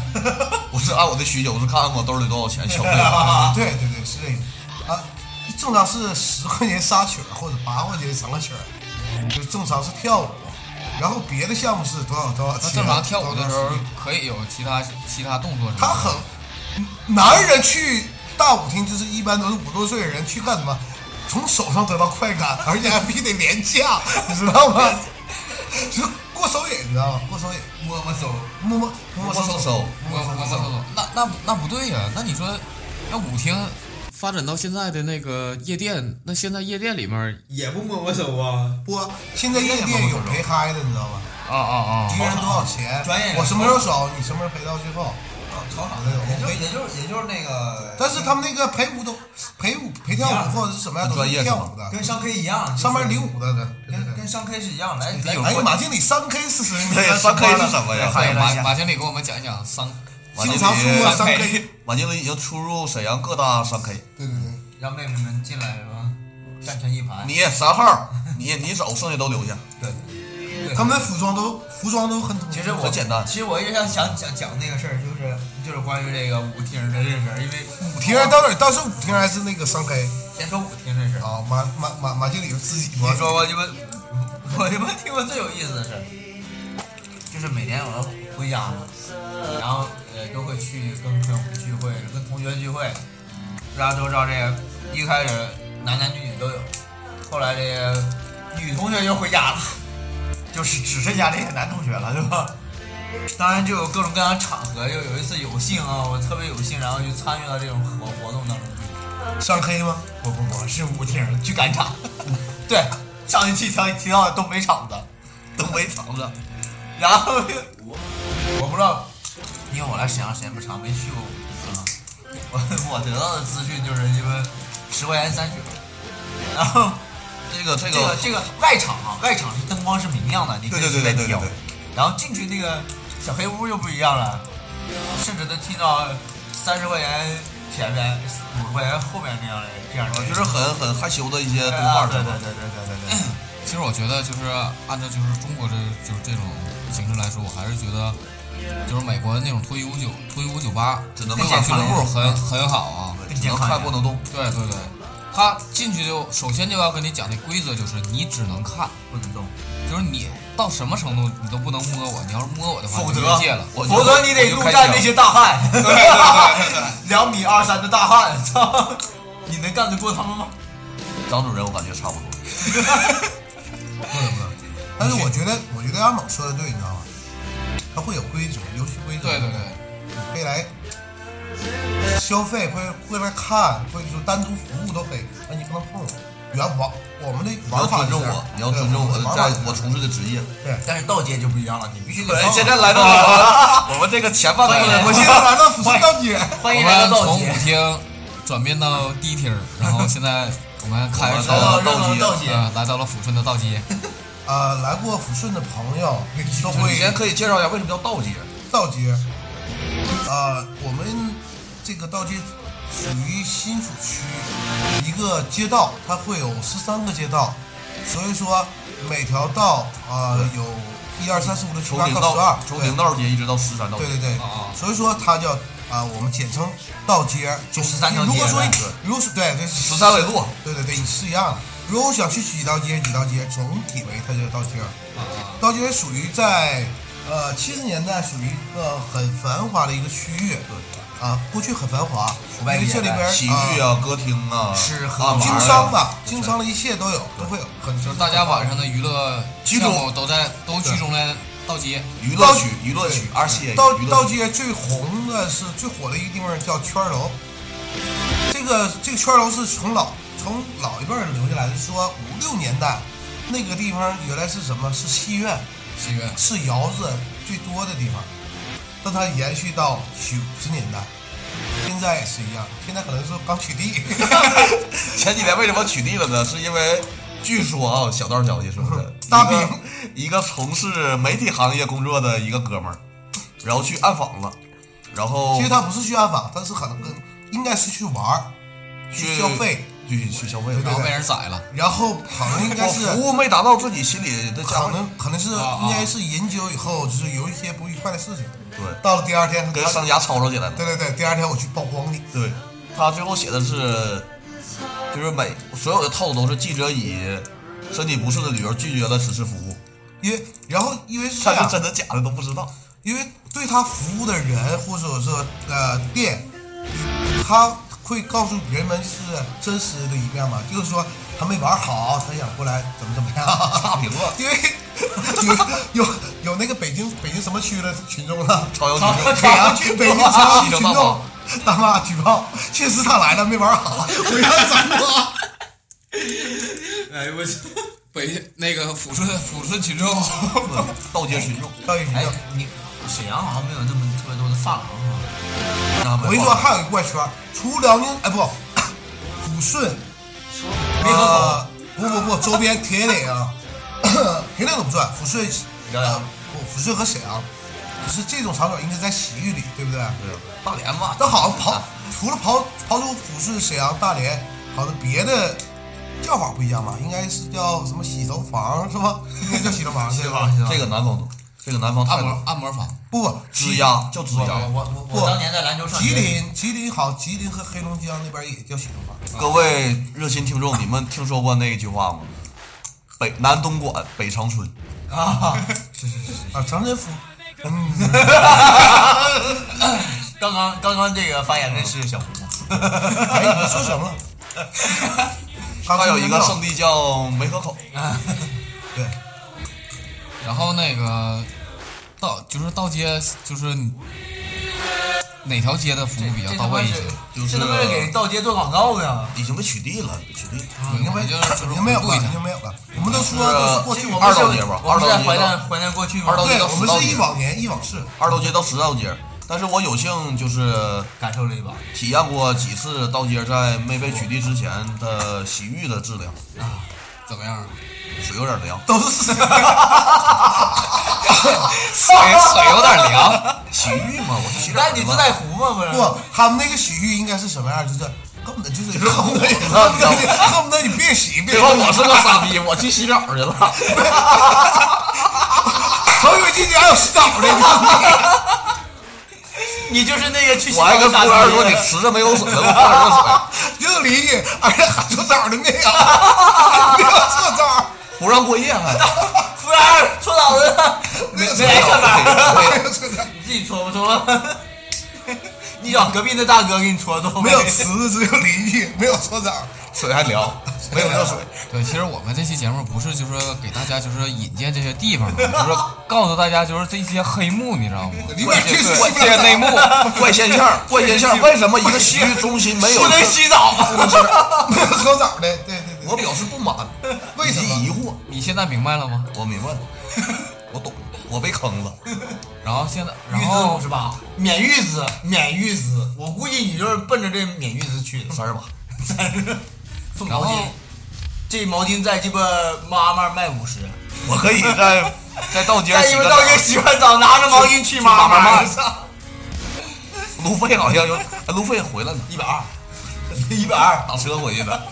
[SPEAKER 2] 我是按我的需求，我是看看我兜里多少钱消 费吧。
[SPEAKER 4] 对对对，是这个啊，正常是十块钱沙曲儿或者八块钱什么曲儿，就正常是跳舞，然后别的项目是多少多少
[SPEAKER 1] 那
[SPEAKER 4] 钱？
[SPEAKER 1] 正常跳舞的时候
[SPEAKER 4] 多少钱
[SPEAKER 1] 可以有其他其他动作什么的。
[SPEAKER 4] 他很男人去大舞厅，就是一般都是五多岁的人去干什么？从手上得到快感，而且还必须得廉价，你知道吗？就是过手瘾，你知道吗？过手瘾，
[SPEAKER 3] 摸摸手，
[SPEAKER 4] 摸摸摸摸
[SPEAKER 2] 手
[SPEAKER 4] 手
[SPEAKER 2] 手，
[SPEAKER 1] 我我操！那那那不对呀、那你说，那舞厅发展到现在的那个夜店，那现在夜店里面儿
[SPEAKER 3] 也不摸摸手啊。
[SPEAKER 4] 不，现在夜店有陪嗨的，你知道吗？
[SPEAKER 1] 啊啊啊
[SPEAKER 4] 一个人多少钱？
[SPEAKER 3] 专业人
[SPEAKER 4] 我什么时候走，你什么时候陪到最后。
[SPEAKER 3] 操场
[SPEAKER 4] 的那种
[SPEAKER 3] 也就也就是也就是那个，
[SPEAKER 4] 但是他们那个陪舞都陪舞陪跳舞或者是什么样，都
[SPEAKER 2] 专业
[SPEAKER 4] 是
[SPEAKER 2] 是吗
[SPEAKER 4] 跳舞的，
[SPEAKER 3] 跟上 K 一样，就是
[SPEAKER 4] 上班领舞的呢。对对
[SPEAKER 3] 跟
[SPEAKER 4] 对
[SPEAKER 3] 跟上 K 是一样，来来
[SPEAKER 4] 哎呀，马经理三 K 四十， 你
[SPEAKER 2] 对，
[SPEAKER 4] 看
[SPEAKER 2] 三 K
[SPEAKER 4] 上班
[SPEAKER 2] 是
[SPEAKER 4] 了
[SPEAKER 2] 什么呀？
[SPEAKER 1] 啊！
[SPEAKER 3] 嗨
[SPEAKER 1] 马马经理给我们讲一讲桑，
[SPEAKER 2] 马经
[SPEAKER 4] 经常出
[SPEAKER 2] 理
[SPEAKER 4] 没，
[SPEAKER 3] 三
[SPEAKER 4] 三
[SPEAKER 3] K
[SPEAKER 4] K，
[SPEAKER 2] 马经理已经出入沈阳各大三 K。
[SPEAKER 4] 对对对，
[SPEAKER 3] 让妹妹们进来是吧？站成一排，
[SPEAKER 2] 你三号，你你走，剩下都留下。
[SPEAKER 3] 对，对
[SPEAKER 4] 他们服装都服装都很统一
[SPEAKER 3] 其实我
[SPEAKER 2] 很简单
[SPEAKER 3] 其实我一直想想讲讲那个事儿，就是就是关于这个舞厅的这事儿，因为舞
[SPEAKER 4] 舞厅到底到底是舞厅还是那个三 K
[SPEAKER 3] 先说舞厅这事儿，
[SPEAKER 4] 啊？马马马马经理就自己
[SPEAKER 3] 我说过你们，我他妈听过最有意思的事儿，就是每年我要回家嘛，然后呃都会去跟朋友们聚会，跟同学聚会，大家都知道这个，一开始男男女女都有，后来这个女同学就回家了， 就是只剩下这个男同学了，对吧？当然就有各种各样的场合，就有一次有幸啊，我特别有幸，然后就参与到这种活活动当中。
[SPEAKER 4] 三 K 吗？
[SPEAKER 3] 不不不，是舞厅去赶场。 对，上一期提提到的东北场子，东北场子，然后 我不知道，因为我来沈阳时间不长，没去过舞厅啊。 我我得到的资讯就是因为十块钱三曲，然后
[SPEAKER 2] 这个这
[SPEAKER 3] 这个
[SPEAKER 2] 个
[SPEAKER 3] 这个外场啊，外场是灯光是明亮的，你可以
[SPEAKER 2] 对对
[SPEAKER 3] 随便
[SPEAKER 2] 对对对
[SPEAKER 3] 跳
[SPEAKER 2] 对对。
[SPEAKER 3] 然后进去那个小黑屋就不一样了，甚至能听到三十块钱前面、五十块钱后面那样的这样的
[SPEAKER 2] 就
[SPEAKER 3] 音乐，
[SPEAKER 2] 是很很害羞的一些
[SPEAKER 3] 对
[SPEAKER 2] 动画，
[SPEAKER 3] 对
[SPEAKER 2] 是
[SPEAKER 3] 对
[SPEAKER 2] 吧？
[SPEAKER 3] 对对对对对。
[SPEAKER 1] 其实我觉得就是按照就是中国这就是这种形式来说，我还是觉得就是美国那种脱衣舞酒脱衣舞酒吧
[SPEAKER 2] 只能
[SPEAKER 1] 那种俱乐部
[SPEAKER 2] 看
[SPEAKER 1] 很很好啊。
[SPEAKER 2] 只能看不能动。
[SPEAKER 1] 对对对，他进去就首先就要跟你讲的规则就是你只能看，
[SPEAKER 3] 不能动，
[SPEAKER 1] 就是你到什么程度你都不能摸我，你要是摸我的话，
[SPEAKER 2] 否
[SPEAKER 1] 你就
[SPEAKER 2] 则
[SPEAKER 1] 越界了。
[SPEAKER 2] 我
[SPEAKER 3] 否则你
[SPEAKER 2] 我
[SPEAKER 3] 得陆
[SPEAKER 2] 就开
[SPEAKER 3] 战
[SPEAKER 2] 枪
[SPEAKER 3] 那些大汉
[SPEAKER 2] 对对对对，
[SPEAKER 3] 两米二三的大汉，操，你能干得过他们吗？
[SPEAKER 2] 张主任，我感觉差不多。
[SPEAKER 4] 不
[SPEAKER 2] 嗯
[SPEAKER 4] 能不能。但是我觉得，我觉得阿猛说的对，你知道吗？他会有规则，游戏规则。
[SPEAKER 1] 对对
[SPEAKER 4] 不
[SPEAKER 1] 对。
[SPEAKER 4] 你可以来消费，会会来看，或者说单独服务都可以，但你不能碰我。原玩我们的
[SPEAKER 2] 你要
[SPEAKER 4] 玩法
[SPEAKER 2] 尊重
[SPEAKER 4] 是这样
[SPEAKER 2] 我，你要尊重我
[SPEAKER 4] 对
[SPEAKER 2] 的
[SPEAKER 4] 玩法
[SPEAKER 2] 在
[SPEAKER 4] 是这
[SPEAKER 2] 我
[SPEAKER 4] 样
[SPEAKER 2] 从事的职业。
[SPEAKER 3] 但是道街就不一样了，你必须得
[SPEAKER 4] 哦
[SPEAKER 2] 对，
[SPEAKER 3] 碰
[SPEAKER 2] 现在来到了我们这个前半
[SPEAKER 1] 欢迎
[SPEAKER 2] 段，
[SPEAKER 4] 我现在来到服饰到底，
[SPEAKER 3] 欢
[SPEAKER 1] 我
[SPEAKER 3] 迎来
[SPEAKER 1] 们
[SPEAKER 3] 到道
[SPEAKER 1] 从
[SPEAKER 3] 街
[SPEAKER 1] 舞，厅转变到地厅，然后现在我们开始
[SPEAKER 2] 我们
[SPEAKER 3] 到
[SPEAKER 2] 到
[SPEAKER 1] 了，
[SPEAKER 2] 道
[SPEAKER 3] 到
[SPEAKER 2] 街
[SPEAKER 3] 道街，
[SPEAKER 1] 呃，来到了抚顺的道街。
[SPEAKER 4] 呃，来过抚顺的朋友都
[SPEAKER 2] 你先
[SPEAKER 4] 会
[SPEAKER 2] 可以介绍一下为什么叫道街？
[SPEAKER 4] 到街。呃，我们这个到街属于新抚区一个街道，它会有十三个街道，所以说每条道啊、呃、有一二三四五六七
[SPEAKER 2] 从
[SPEAKER 4] 八
[SPEAKER 2] 顶
[SPEAKER 4] 到十二
[SPEAKER 2] 到，从顶道街一直到十三道街
[SPEAKER 4] 对。对对，
[SPEAKER 1] 啊
[SPEAKER 4] 所以说它叫啊、我们简称道街，
[SPEAKER 3] 就13条街
[SPEAKER 4] 如果说你
[SPEAKER 3] 呗
[SPEAKER 4] 如果是对对十
[SPEAKER 2] 十三纬路，
[SPEAKER 4] 对对对，你是一样的。如果想去几道街，几道街总体为它叫道街，道街属于在呃七十年代属于一个很繁华的一个区域，啊，过去很繁华，
[SPEAKER 3] 腐
[SPEAKER 4] 因
[SPEAKER 3] 败
[SPEAKER 4] 为
[SPEAKER 3] 街
[SPEAKER 4] 这里边
[SPEAKER 2] 洗浴
[SPEAKER 4] 啊，
[SPEAKER 2] 啊，歌厅啊，
[SPEAKER 3] 吃喝
[SPEAKER 2] 啊玩儿啊
[SPEAKER 4] 经商吧，经商的一切都有，都会有，很
[SPEAKER 1] 就是大家晚上的娱乐
[SPEAKER 2] 集
[SPEAKER 1] 项
[SPEAKER 2] 中
[SPEAKER 1] 目都在都集中在道街，
[SPEAKER 2] 娱乐区、娱乐区、二线
[SPEAKER 4] 道
[SPEAKER 2] 娱乐
[SPEAKER 4] 道
[SPEAKER 2] 区
[SPEAKER 4] 街最红的是最火的一个地方叫圈儿楼，这个这个圈儿楼是从老从老一辈儿留下来的，说五六年代那个地方原来是什么？是戏院，
[SPEAKER 1] 戏院。
[SPEAKER 4] 是窑子最多的地方，但它延续到九十年代，现在也是一样，现在可能是刚 取缔，
[SPEAKER 2] 前几年为什么取缔了呢？是因为据说啊，小道消息是不是
[SPEAKER 4] 大兵
[SPEAKER 2] 一个一个从事媒体行业工作的一个哥们儿，然后去暗访了，然后
[SPEAKER 4] 其实他不是去暗访，他是可能跟应该是去玩儿，
[SPEAKER 2] 去
[SPEAKER 4] 去消费，，
[SPEAKER 2] 去去消费
[SPEAKER 1] 然
[SPEAKER 4] 对，
[SPEAKER 2] 然
[SPEAKER 1] 后
[SPEAKER 2] 后
[SPEAKER 1] 被人宰了，
[SPEAKER 4] 然后可能应该
[SPEAKER 2] 我
[SPEAKER 4] 是
[SPEAKER 2] 哦服务没达到自己心里的价
[SPEAKER 4] 可
[SPEAKER 2] 位，
[SPEAKER 4] 能可能是
[SPEAKER 1] 啊
[SPEAKER 4] 应该是饮酒以后，就是有一些不愉快的事情。
[SPEAKER 2] 对，
[SPEAKER 4] 到了第二天，
[SPEAKER 2] 跟商家吵吵起来了。
[SPEAKER 4] 对对对，第二天我去曝光你，
[SPEAKER 2] 对，他最后写的是，就是每所有的套路都是记者以身体不适的理由拒绝了此次服务，
[SPEAKER 4] 因为然后因为是
[SPEAKER 2] 但
[SPEAKER 4] 啊这
[SPEAKER 2] 是
[SPEAKER 4] 样，
[SPEAKER 2] 真的假的都不知道。
[SPEAKER 4] 因为对他服务的人或者说呃店，他会告诉人们是真实的一面嘛，就是说他没玩好，他想过来怎么怎么样，
[SPEAKER 2] 差评论
[SPEAKER 4] 因为 有有有那个北京北京什么区的群众了，
[SPEAKER 2] 朝阳群众
[SPEAKER 4] 朝阳区北京朝阳区
[SPEAKER 2] 集中大
[SPEAKER 4] 群众
[SPEAKER 2] 炮。
[SPEAKER 4] 大妈举报，确实他来了没玩 好，我要整我。
[SPEAKER 1] 哎我去，北那个抚顺抚顺群众，
[SPEAKER 2] 盗街群众，
[SPEAKER 4] 到底
[SPEAKER 3] 哎
[SPEAKER 4] 没有？，
[SPEAKER 3] 你沈阳好像没有那么特别多的啊发廊哈。
[SPEAKER 2] 我
[SPEAKER 4] 我跟你说，还有一个怪圈儿，除辽宁哎不， 抚顺，
[SPEAKER 3] 没合
[SPEAKER 4] 呃，不不不，周边铁岭啊， 铁岭都不算，抚顺，
[SPEAKER 2] 辽阳
[SPEAKER 4] 呃不，抚顺和沈阳，可是这种场所应该在洗浴里，对不对？
[SPEAKER 2] 大连吧，
[SPEAKER 4] 但好像刨除了刨刨出抚顺、沈阳、大连，好像别的叫法不一样吧？应该是叫什么洗头房是吧？应该叫洗头房对吧？
[SPEAKER 2] 这个南方多，这个南方太
[SPEAKER 1] 按
[SPEAKER 2] 多
[SPEAKER 1] 摩
[SPEAKER 2] 了。
[SPEAKER 1] 按摩房，
[SPEAKER 4] 不不，
[SPEAKER 2] 吱呀，叫吱
[SPEAKER 3] 我
[SPEAKER 2] 呀。
[SPEAKER 3] 我
[SPEAKER 4] 不
[SPEAKER 3] 我当年在兰州上学，
[SPEAKER 4] 吉林吉林好，吉林和黑龙江那边也叫洗头房。
[SPEAKER 2] 各位热心听众，你们听说过那一句话吗？北南东莞，北长春，
[SPEAKER 3] 啊，
[SPEAKER 4] 啊，长春服，嗯，
[SPEAKER 3] 刚刚刚刚这个发言的是小胡吗？
[SPEAKER 4] 哎，你说什么了？刚
[SPEAKER 2] 还有一个
[SPEAKER 4] 听
[SPEAKER 2] 圣地叫梅河口。
[SPEAKER 4] 到对，
[SPEAKER 1] 然后那个道就是道街就是你哪条街的服务比较
[SPEAKER 3] 这
[SPEAKER 1] 到
[SPEAKER 3] 他妈
[SPEAKER 1] 位一
[SPEAKER 3] 是
[SPEAKER 1] 些？
[SPEAKER 2] 就是
[SPEAKER 3] 这他妈是给道街做广告呢。
[SPEAKER 2] 已经被取缔了，被取缔。
[SPEAKER 1] 对
[SPEAKER 4] 应该
[SPEAKER 1] 我
[SPEAKER 4] 没，
[SPEAKER 1] 们就是就是
[SPEAKER 4] 应该没有
[SPEAKER 1] 回顾
[SPEAKER 4] 了，
[SPEAKER 1] 一
[SPEAKER 4] 应
[SPEAKER 1] 下
[SPEAKER 4] 该没有了。我们都说都是过去，
[SPEAKER 2] 这
[SPEAKER 4] 我
[SPEAKER 3] 不
[SPEAKER 4] 们
[SPEAKER 2] 二
[SPEAKER 4] 是
[SPEAKER 3] 是
[SPEAKER 2] 道街吧
[SPEAKER 3] 我们是
[SPEAKER 2] 二道
[SPEAKER 3] 在
[SPEAKER 2] 街
[SPEAKER 3] 怀
[SPEAKER 2] 吧
[SPEAKER 3] 念怀念过去吗？
[SPEAKER 2] 二道街
[SPEAKER 4] 对，
[SPEAKER 2] 到
[SPEAKER 4] 我们
[SPEAKER 2] 到
[SPEAKER 4] 是
[SPEAKER 2] 底
[SPEAKER 4] 一往年一往事。
[SPEAKER 2] 二道街到十道街，但是我有幸就是
[SPEAKER 3] 感受了一把
[SPEAKER 2] 体验过几次道街在没被取缔之前的洗浴的质量，
[SPEAKER 1] 怎么样？啊
[SPEAKER 2] 水有点凉，
[SPEAKER 4] 都是
[SPEAKER 1] 水水有点凉，
[SPEAKER 2] 洗浴嘛，我去洗
[SPEAKER 3] 那
[SPEAKER 2] 脸
[SPEAKER 3] 你
[SPEAKER 2] 去吧。
[SPEAKER 3] 自带壶吗？不是，
[SPEAKER 4] 不，他们那个洗浴应该是什么样？就是根本就是
[SPEAKER 2] 就是
[SPEAKER 4] 恨不得
[SPEAKER 2] 我
[SPEAKER 4] 恨不得你恨不得你别洗，别
[SPEAKER 2] 最
[SPEAKER 4] 洗
[SPEAKER 2] 后。我是个傻逼，我去洗澡去了。
[SPEAKER 4] 头一回进去还有洗澡的，
[SPEAKER 3] 你就是那个去
[SPEAKER 2] 我还跟服务员说你池子没有水了，给我放点热水，
[SPEAKER 4] 硬理你，而且喊出枣的那个，没有这招儿，
[SPEAKER 2] 不让过夜还。
[SPEAKER 3] 服务员搓澡子了，没没来上班，
[SPEAKER 4] 没有这招儿，
[SPEAKER 3] 你自己搓不搓 了？你找隔壁那大哥给 你搓搓呗，
[SPEAKER 4] 没有池子，只有理你，没有搓澡。
[SPEAKER 2] 水还凉，没有热水。
[SPEAKER 1] 对，其实我们这期节目不是就是给大家就是引荐这些地方，就是告诉大家就是这些黑幕，你知道吗？
[SPEAKER 4] 你快去
[SPEAKER 1] 这些内幕，
[SPEAKER 2] 怪现象，怪现象，为什么一个洗浴中心没有
[SPEAKER 3] 不能洗澡。
[SPEAKER 4] 没有搓澡的，对对对，
[SPEAKER 2] 我表示不满，
[SPEAKER 4] 为什么
[SPEAKER 2] 以及疑惑。
[SPEAKER 1] 你现在明白了吗？
[SPEAKER 2] 我明白了，我懂，我被坑了。
[SPEAKER 1] 然后现在，然
[SPEAKER 3] 预支
[SPEAKER 1] 后
[SPEAKER 3] 五十八，免预支，免预支。我估计你就是奔着这免预支去的。
[SPEAKER 2] 三十八，
[SPEAKER 3] 三十，送
[SPEAKER 1] 然
[SPEAKER 3] 毛巾
[SPEAKER 1] 后，
[SPEAKER 3] 这毛巾在鸡巴妈妈卖五十，
[SPEAKER 2] 我可以在在道街
[SPEAKER 3] 在
[SPEAKER 2] 洗
[SPEAKER 3] 鸡
[SPEAKER 2] 个
[SPEAKER 3] 巴
[SPEAKER 2] 澡
[SPEAKER 3] 到这洗完澡拿着毛巾去
[SPEAKER 2] 去
[SPEAKER 3] 妈
[SPEAKER 2] 妈妈
[SPEAKER 3] 妈
[SPEAKER 2] 卖，路费好像有，哎路费回来了，
[SPEAKER 3] 一百二，一百二。
[SPEAKER 2] 打车回去的。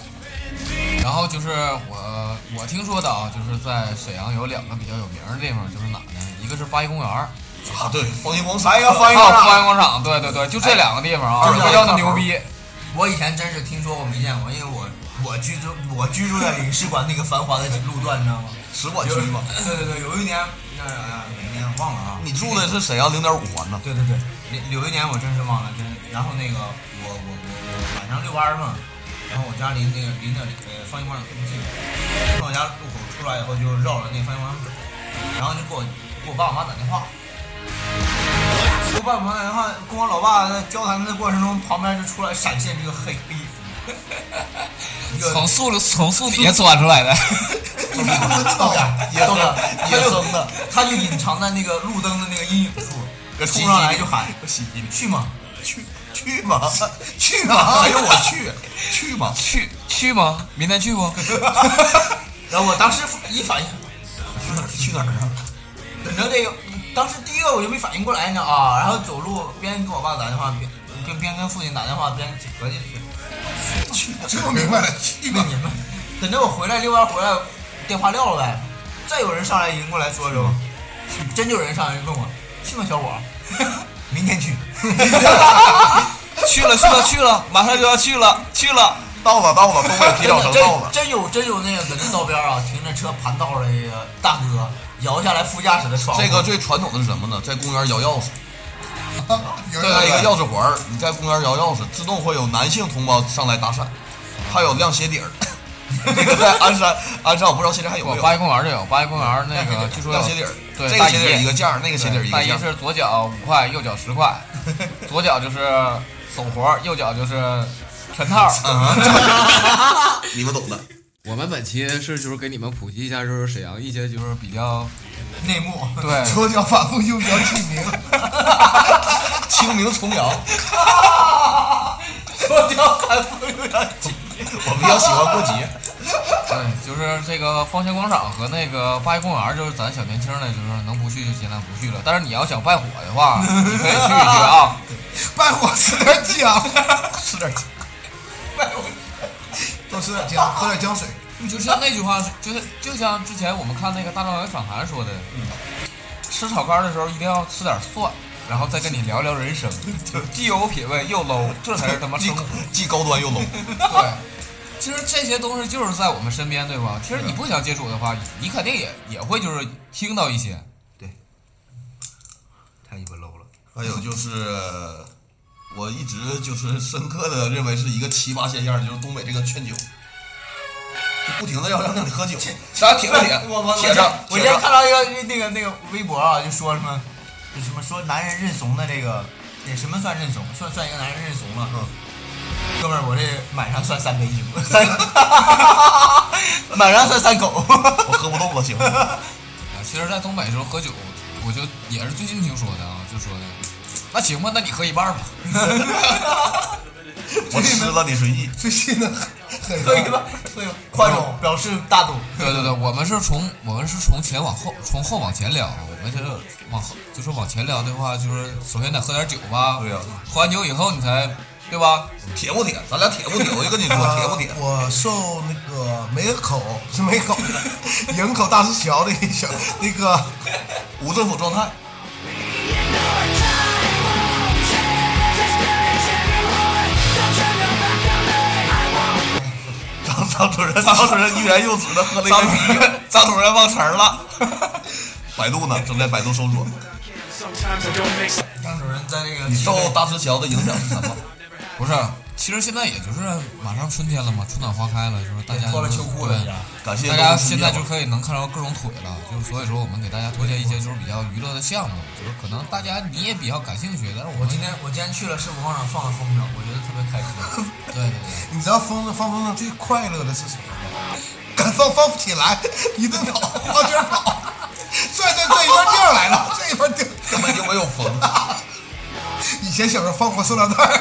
[SPEAKER 1] 然后就是我我听说的啊，就是在沈阳有两个比较有名儿的地方，就是哪呢？一个是八一公园儿，
[SPEAKER 2] 啊，对，方形广场，
[SPEAKER 3] 来一个啊翻
[SPEAKER 1] 还
[SPEAKER 3] 译
[SPEAKER 1] 有
[SPEAKER 2] 啊
[SPEAKER 1] 八一
[SPEAKER 3] 工厂。
[SPEAKER 1] 广场，对对对，就这两个地方啊，
[SPEAKER 3] 哎就是
[SPEAKER 1] 比较
[SPEAKER 3] 那
[SPEAKER 1] 牛
[SPEAKER 3] 个
[SPEAKER 1] 逼。
[SPEAKER 3] 我以前真是听说过没见过，因为我我居住我居住在领事馆那个繁华的路段，你知道吗？
[SPEAKER 2] 使馆区嘛。
[SPEAKER 3] 对对对，有一年那啥呀，哪年忘了啊？
[SPEAKER 2] 你住的是沈阳零点五环呢？
[SPEAKER 3] 对对对，有有一年我真是忘了，真是。然后那个我我我晚上遛弯儿嘛，然后我家离那个离那呃放映广场特别近，从我家路口出来以后就绕着那个放映广场走，然后就给我给我爸我妈打电话，给我爸我妈打电话，跟我老爸在交谈的过程中，旁边就出来闪现这个黑衣服， 一个
[SPEAKER 1] 从树从树底下钻出来的，
[SPEAKER 3] 豆芽，
[SPEAKER 2] 野生的
[SPEAKER 3] 他就
[SPEAKER 2] 野生的，
[SPEAKER 3] 他就隐藏在那个路灯的那个阴影处，冲上来就喊
[SPEAKER 2] 洗衣
[SPEAKER 3] 去吗？
[SPEAKER 2] 去去嘛，去嘛！ 哎呦我去，去嘛！
[SPEAKER 1] 去去吗？明天去不？
[SPEAKER 3] 然后我当时一反应，
[SPEAKER 2] 去哪儿？去哪儿啊？
[SPEAKER 3] 等着这个，当时第一个我就没反应过来呢啊，然后走路边给我爸打电话，边边边跟父亲打电话，边合计
[SPEAKER 2] 去哪儿？
[SPEAKER 4] 这我明白了，去
[SPEAKER 3] 没
[SPEAKER 4] 吧。
[SPEAKER 3] 明白。等着我回来遛弯回来，电话撂了呗。再有人上来迎过来说说，真就有人上来问我去吗，小伙儿？明天去。
[SPEAKER 1] 去了去了去了，马上就要去了去了。
[SPEAKER 2] 到了到了，东北啤
[SPEAKER 3] 真
[SPEAKER 2] 酒
[SPEAKER 3] 的
[SPEAKER 2] 城到
[SPEAKER 3] 真
[SPEAKER 2] 了。
[SPEAKER 3] 真有真有那个搁那道边儿啊，停着车盘道的那个大哥摇下来副驾驶的窗户，
[SPEAKER 2] 这个最传统的是什么呢？在公园摇钥匙，
[SPEAKER 4] 啊 有
[SPEAKER 2] 再
[SPEAKER 4] 人
[SPEAKER 2] 来一个
[SPEAKER 4] 来
[SPEAKER 2] 钥匙环儿，你在公园摇钥匙，自动会有男性同胞上来搭讪，还有亮鞋底儿。 这个在鞍山，鞍山我不知道现在还有
[SPEAKER 1] 我
[SPEAKER 2] 没有。
[SPEAKER 1] 八一公园儿就有，八一公园儿那个据说有
[SPEAKER 2] 亮鞋底儿，
[SPEAKER 1] 对，
[SPEAKER 2] 这
[SPEAKER 1] 大
[SPEAKER 2] 个鞋底儿
[SPEAKER 1] 姨
[SPEAKER 2] 一个价儿，那个鞋底儿一
[SPEAKER 1] 大
[SPEAKER 2] 个
[SPEAKER 1] 姨
[SPEAKER 2] 价儿。
[SPEAKER 1] 是左脚五块，右脚十 块，左脚就是手活儿，右脚就是全 套儿。
[SPEAKER 2] 啊你们懂的。
[SPEAKER 1] 我们本期是就是给你们普及一下，就是沈阳一些就是比较
[SPEAKER 3] 内幕。
[SPEAKER 1] 对
[SPEAKER 4] 左脚反复右脚起 名，
[SPEAKER 2] 清明重阳，
[SPEAKER 3] 我叫韩风有点紧。
[SPEAKER 2] 我比较喜欢过节。
[SPEAKER 1] 对，就是这个方形广场和那个八一公园儿，就是咱小年轻儿呢，就是能不去就尽量不去了。但是你要想拜火的话，你可以去一去啊。
[SPEAKER 4] 拜火吃点姜，
[SPEAKER 2] 吃点姜，
[SPEAKER 4] 多吃点姜，喝点姜水。
[SPEAKER 1] 就像那句话，就是就像之前我们看那个大张伟访谈说的，
[SPEAKER 3] 嗯
[SPEAKER 1] 吃炒肝的时候一定要吃点蒜，然后再跟你聊聊人 生，既有品味又 low，这才是他妈
[SPEAKER 2] 既
[SPEAKER 1] 生活。
[SPEAKER 2] 既高端又 low。
[SPEAKER 1] 对，其实这些东西就是在我们身边，对吧？其实你不想接触的话，你肯定也也会就是听到一些。
[SPEAKER 3] 太鸡巴 low 了。
[SPEAKER 2] 还有就是，我一直就是深刻的认为是一个奇葩现象，就是东北这个劝酒，就不停的要让你喝酒，咱铁不铁
[SPEAKER 3] 我我？
[SPEAKER 2] 铁上，
[SPEAKER 3] 我
[SPEAKER 2] 铁
[SPEAKER 3] 今天看
[SPEAKER 2] 上。
[SPEAKER 3] 到一个那个那个微博啊，就说什么，就什么说男人认怂的这个，那什么算认怂？算算一个男人认怂了。
[SPEAKER 2] 嗯
[SPEAKER 3] 哥们儿，我这满上算三 杯酒，三，满上算三 口。
[SPEAKER 2] 我喝不动了，行。
[SPEAKER 1] 啊，其实，在东北的时候喝酒，我就也是最近听说的啊，就说的，那行吧，那你喝一半吧。
[SPEAKER 2] 我吃了你随意。
[SPEAKER 4] 最近的很
[SPEAKER 3] 可以吧？可以吧？宽容表示大度。
[SPEAKER 1] 对对对，我们是从我们是从前往后，从后往前聊，我们就是往后，就是往前聊的话，就是首先得喝点酒吧，
[SPEAKER 2] 对呀
[SPEAKER 1] 喝完酒以后你才，对吧？
[SPEAKER 2] 铁不铁？咱俩铁不铁？我就跟你说， 铁不铁？
[SPEAKER 4] 呃我受那个梅口是梅 口，营口大石桥的一小那个
[SPEAKER 2] 无政府状态。
[SPEAKER 5] time won't change.
[SPEAKER 2] 张主任，张主任欲言又止的喝了一
[SPEAKER 1] 张
[SPEAKER 2] 杯啤酒，
[SPEAKER 1] 张主任忘词儿了，
[SPEAKER 2] 百度呢正在百度搜索。
[SPEAKER 5] Sometimes I don't make sense.
[SPEAKER 3] 张主任在这个
[SPEAKER 2] 你受大石桥的影响是什么？
[SPEAKER 1] 不是。其实现在也就是马上春天了嘛，春暖花开了，就是大家
[SPEAKER 3] 脱了
[SPEAKER 1] 就
[SPEAKER 3] 秋裤了
[SPEAKER 1] 对
[SPEAKER 3] 已
[SPEAKER 2] 感
[SPEAKER 3] 经
[SPEAKER 2] 谢
[SPEAKER 1] 大家
[SPEAKER 2] 东西
[SPEAKER 1] 现在
[SPEAKER 2] 夜
[SPEAKER 1] 就
[SPEAKER 2] 晚
[SPEAKER 1] 可以能看到各种腿了，就是所以说我们给大家推荐一些就是比较娱乐的项目，就是可能大家你也比较感兴趣，但是我
[SPEAKER 3] 我
[SPEAKER 1] 们
[SPEAKER 3] 今天我今天去了世博广场放了风筝，我觉得特别开心。
[SPEAKER 1] 对对对，
[SPEAKER 4] 你知道风筝放风筝最快乐的是什么吗？敢放放不起来， 一顿跑，往这儿跑，拽拽拽，一边掉来了，这一边掉。
[SPEAKER 2] 根本就没有风。
[SPEAKER 4] 以前小时候放过塑料袋儿，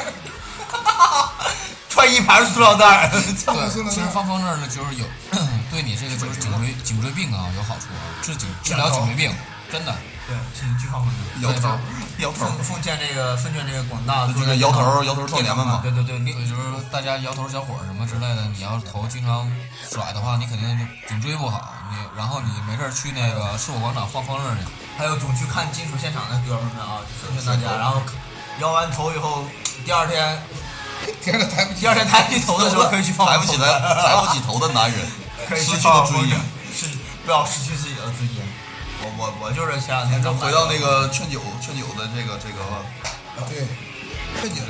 [SPEAKER 3] 穿一盘塑料 袋儿，
[SPEAKER 4] 放过塑料
[SPEAKER 1] 对，其
[SPEAKER 4] 袋
[SPEAKER 1] 实
[SPEAKER 4] 儿。
[SPEAKER 1] 放风筝呢就是有 对你这个就是颈椎颈椎病啊有好处啊，治颈治疗颈椎病，真的
[SPEAKER 3] 对，请去放风筝。
[SPEAKER 2] 摇头，摇头，
[SPEAKER 3] 奉奉献这个奉献这个广大
[SPEAKER 2] 就那摇头摇头少年们嘛
[SPEAKER 3] 啊 对对对，
[SPEAKER 1] 所以就是大家摇头小伙儿什么之类的，你要是头经常甩的话，你肯定就颈椎不好，你然后你没事儿去那个世博广场放风筝去，
[SPEAKER 3] 还有总去看金属现场的哥们儿们啊，奉劝大家，然后摇完头以后，第二天
[SPEAKER 4] 第二个抬不起
[SPEAKER 3] 第二天抬起头 的时候可以去放
[SPEAKER 2] 抬
[SPEAKER 3] 风筝
[SPEAKER 2] 不起来、抬不起头的男人，
[SPEAKER 3] 可以
[SPEAKER 2] 失
[SPEAKER 3] 去
[SPEAKER 2] 去了
[SPEAKER 3] 放
[SPEAKER 2] 尊
[SPEAKER 3] 风筝
[SPEAKER 2] 严。，
[SPEAKER 3] 是不要失去自己的尊严。我我我就是前两天
[SPEAKER 2] 那
[SPEAKER 3] 刚
[SPEAKER 2] 回到那个劝酒、劝酒的这个这个啊，
[SPEAKER 4] 啊，对，喝酒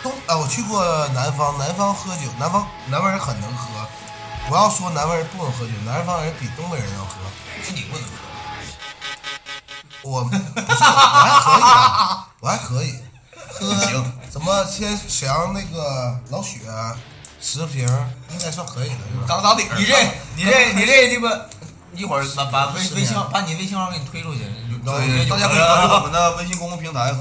[SPEAKER 4] 东啊，我去过南方，南方喝酒，南方南方人很能喝。不要说南方人不能喝酒，南方人比东北人能喝。
[SPEAKER 3] 是你不能喝，
[SPEAKER 4] 我不是，我还可以啊，我还可以。喝
[SPEAKER 2] 行
[SPEAKER 4] 什么？先沈阳那个老雪十瓶，应该算可以的，对吧？
[SPEAKER 2] 刚打顶儿，
[SPEAKER 3] 你这你这你这鸡巴，一会儿把把微微信号把你微信号给你推出去，
[SPEAKER 2] 对，大家可以关注我们的微信公众平台和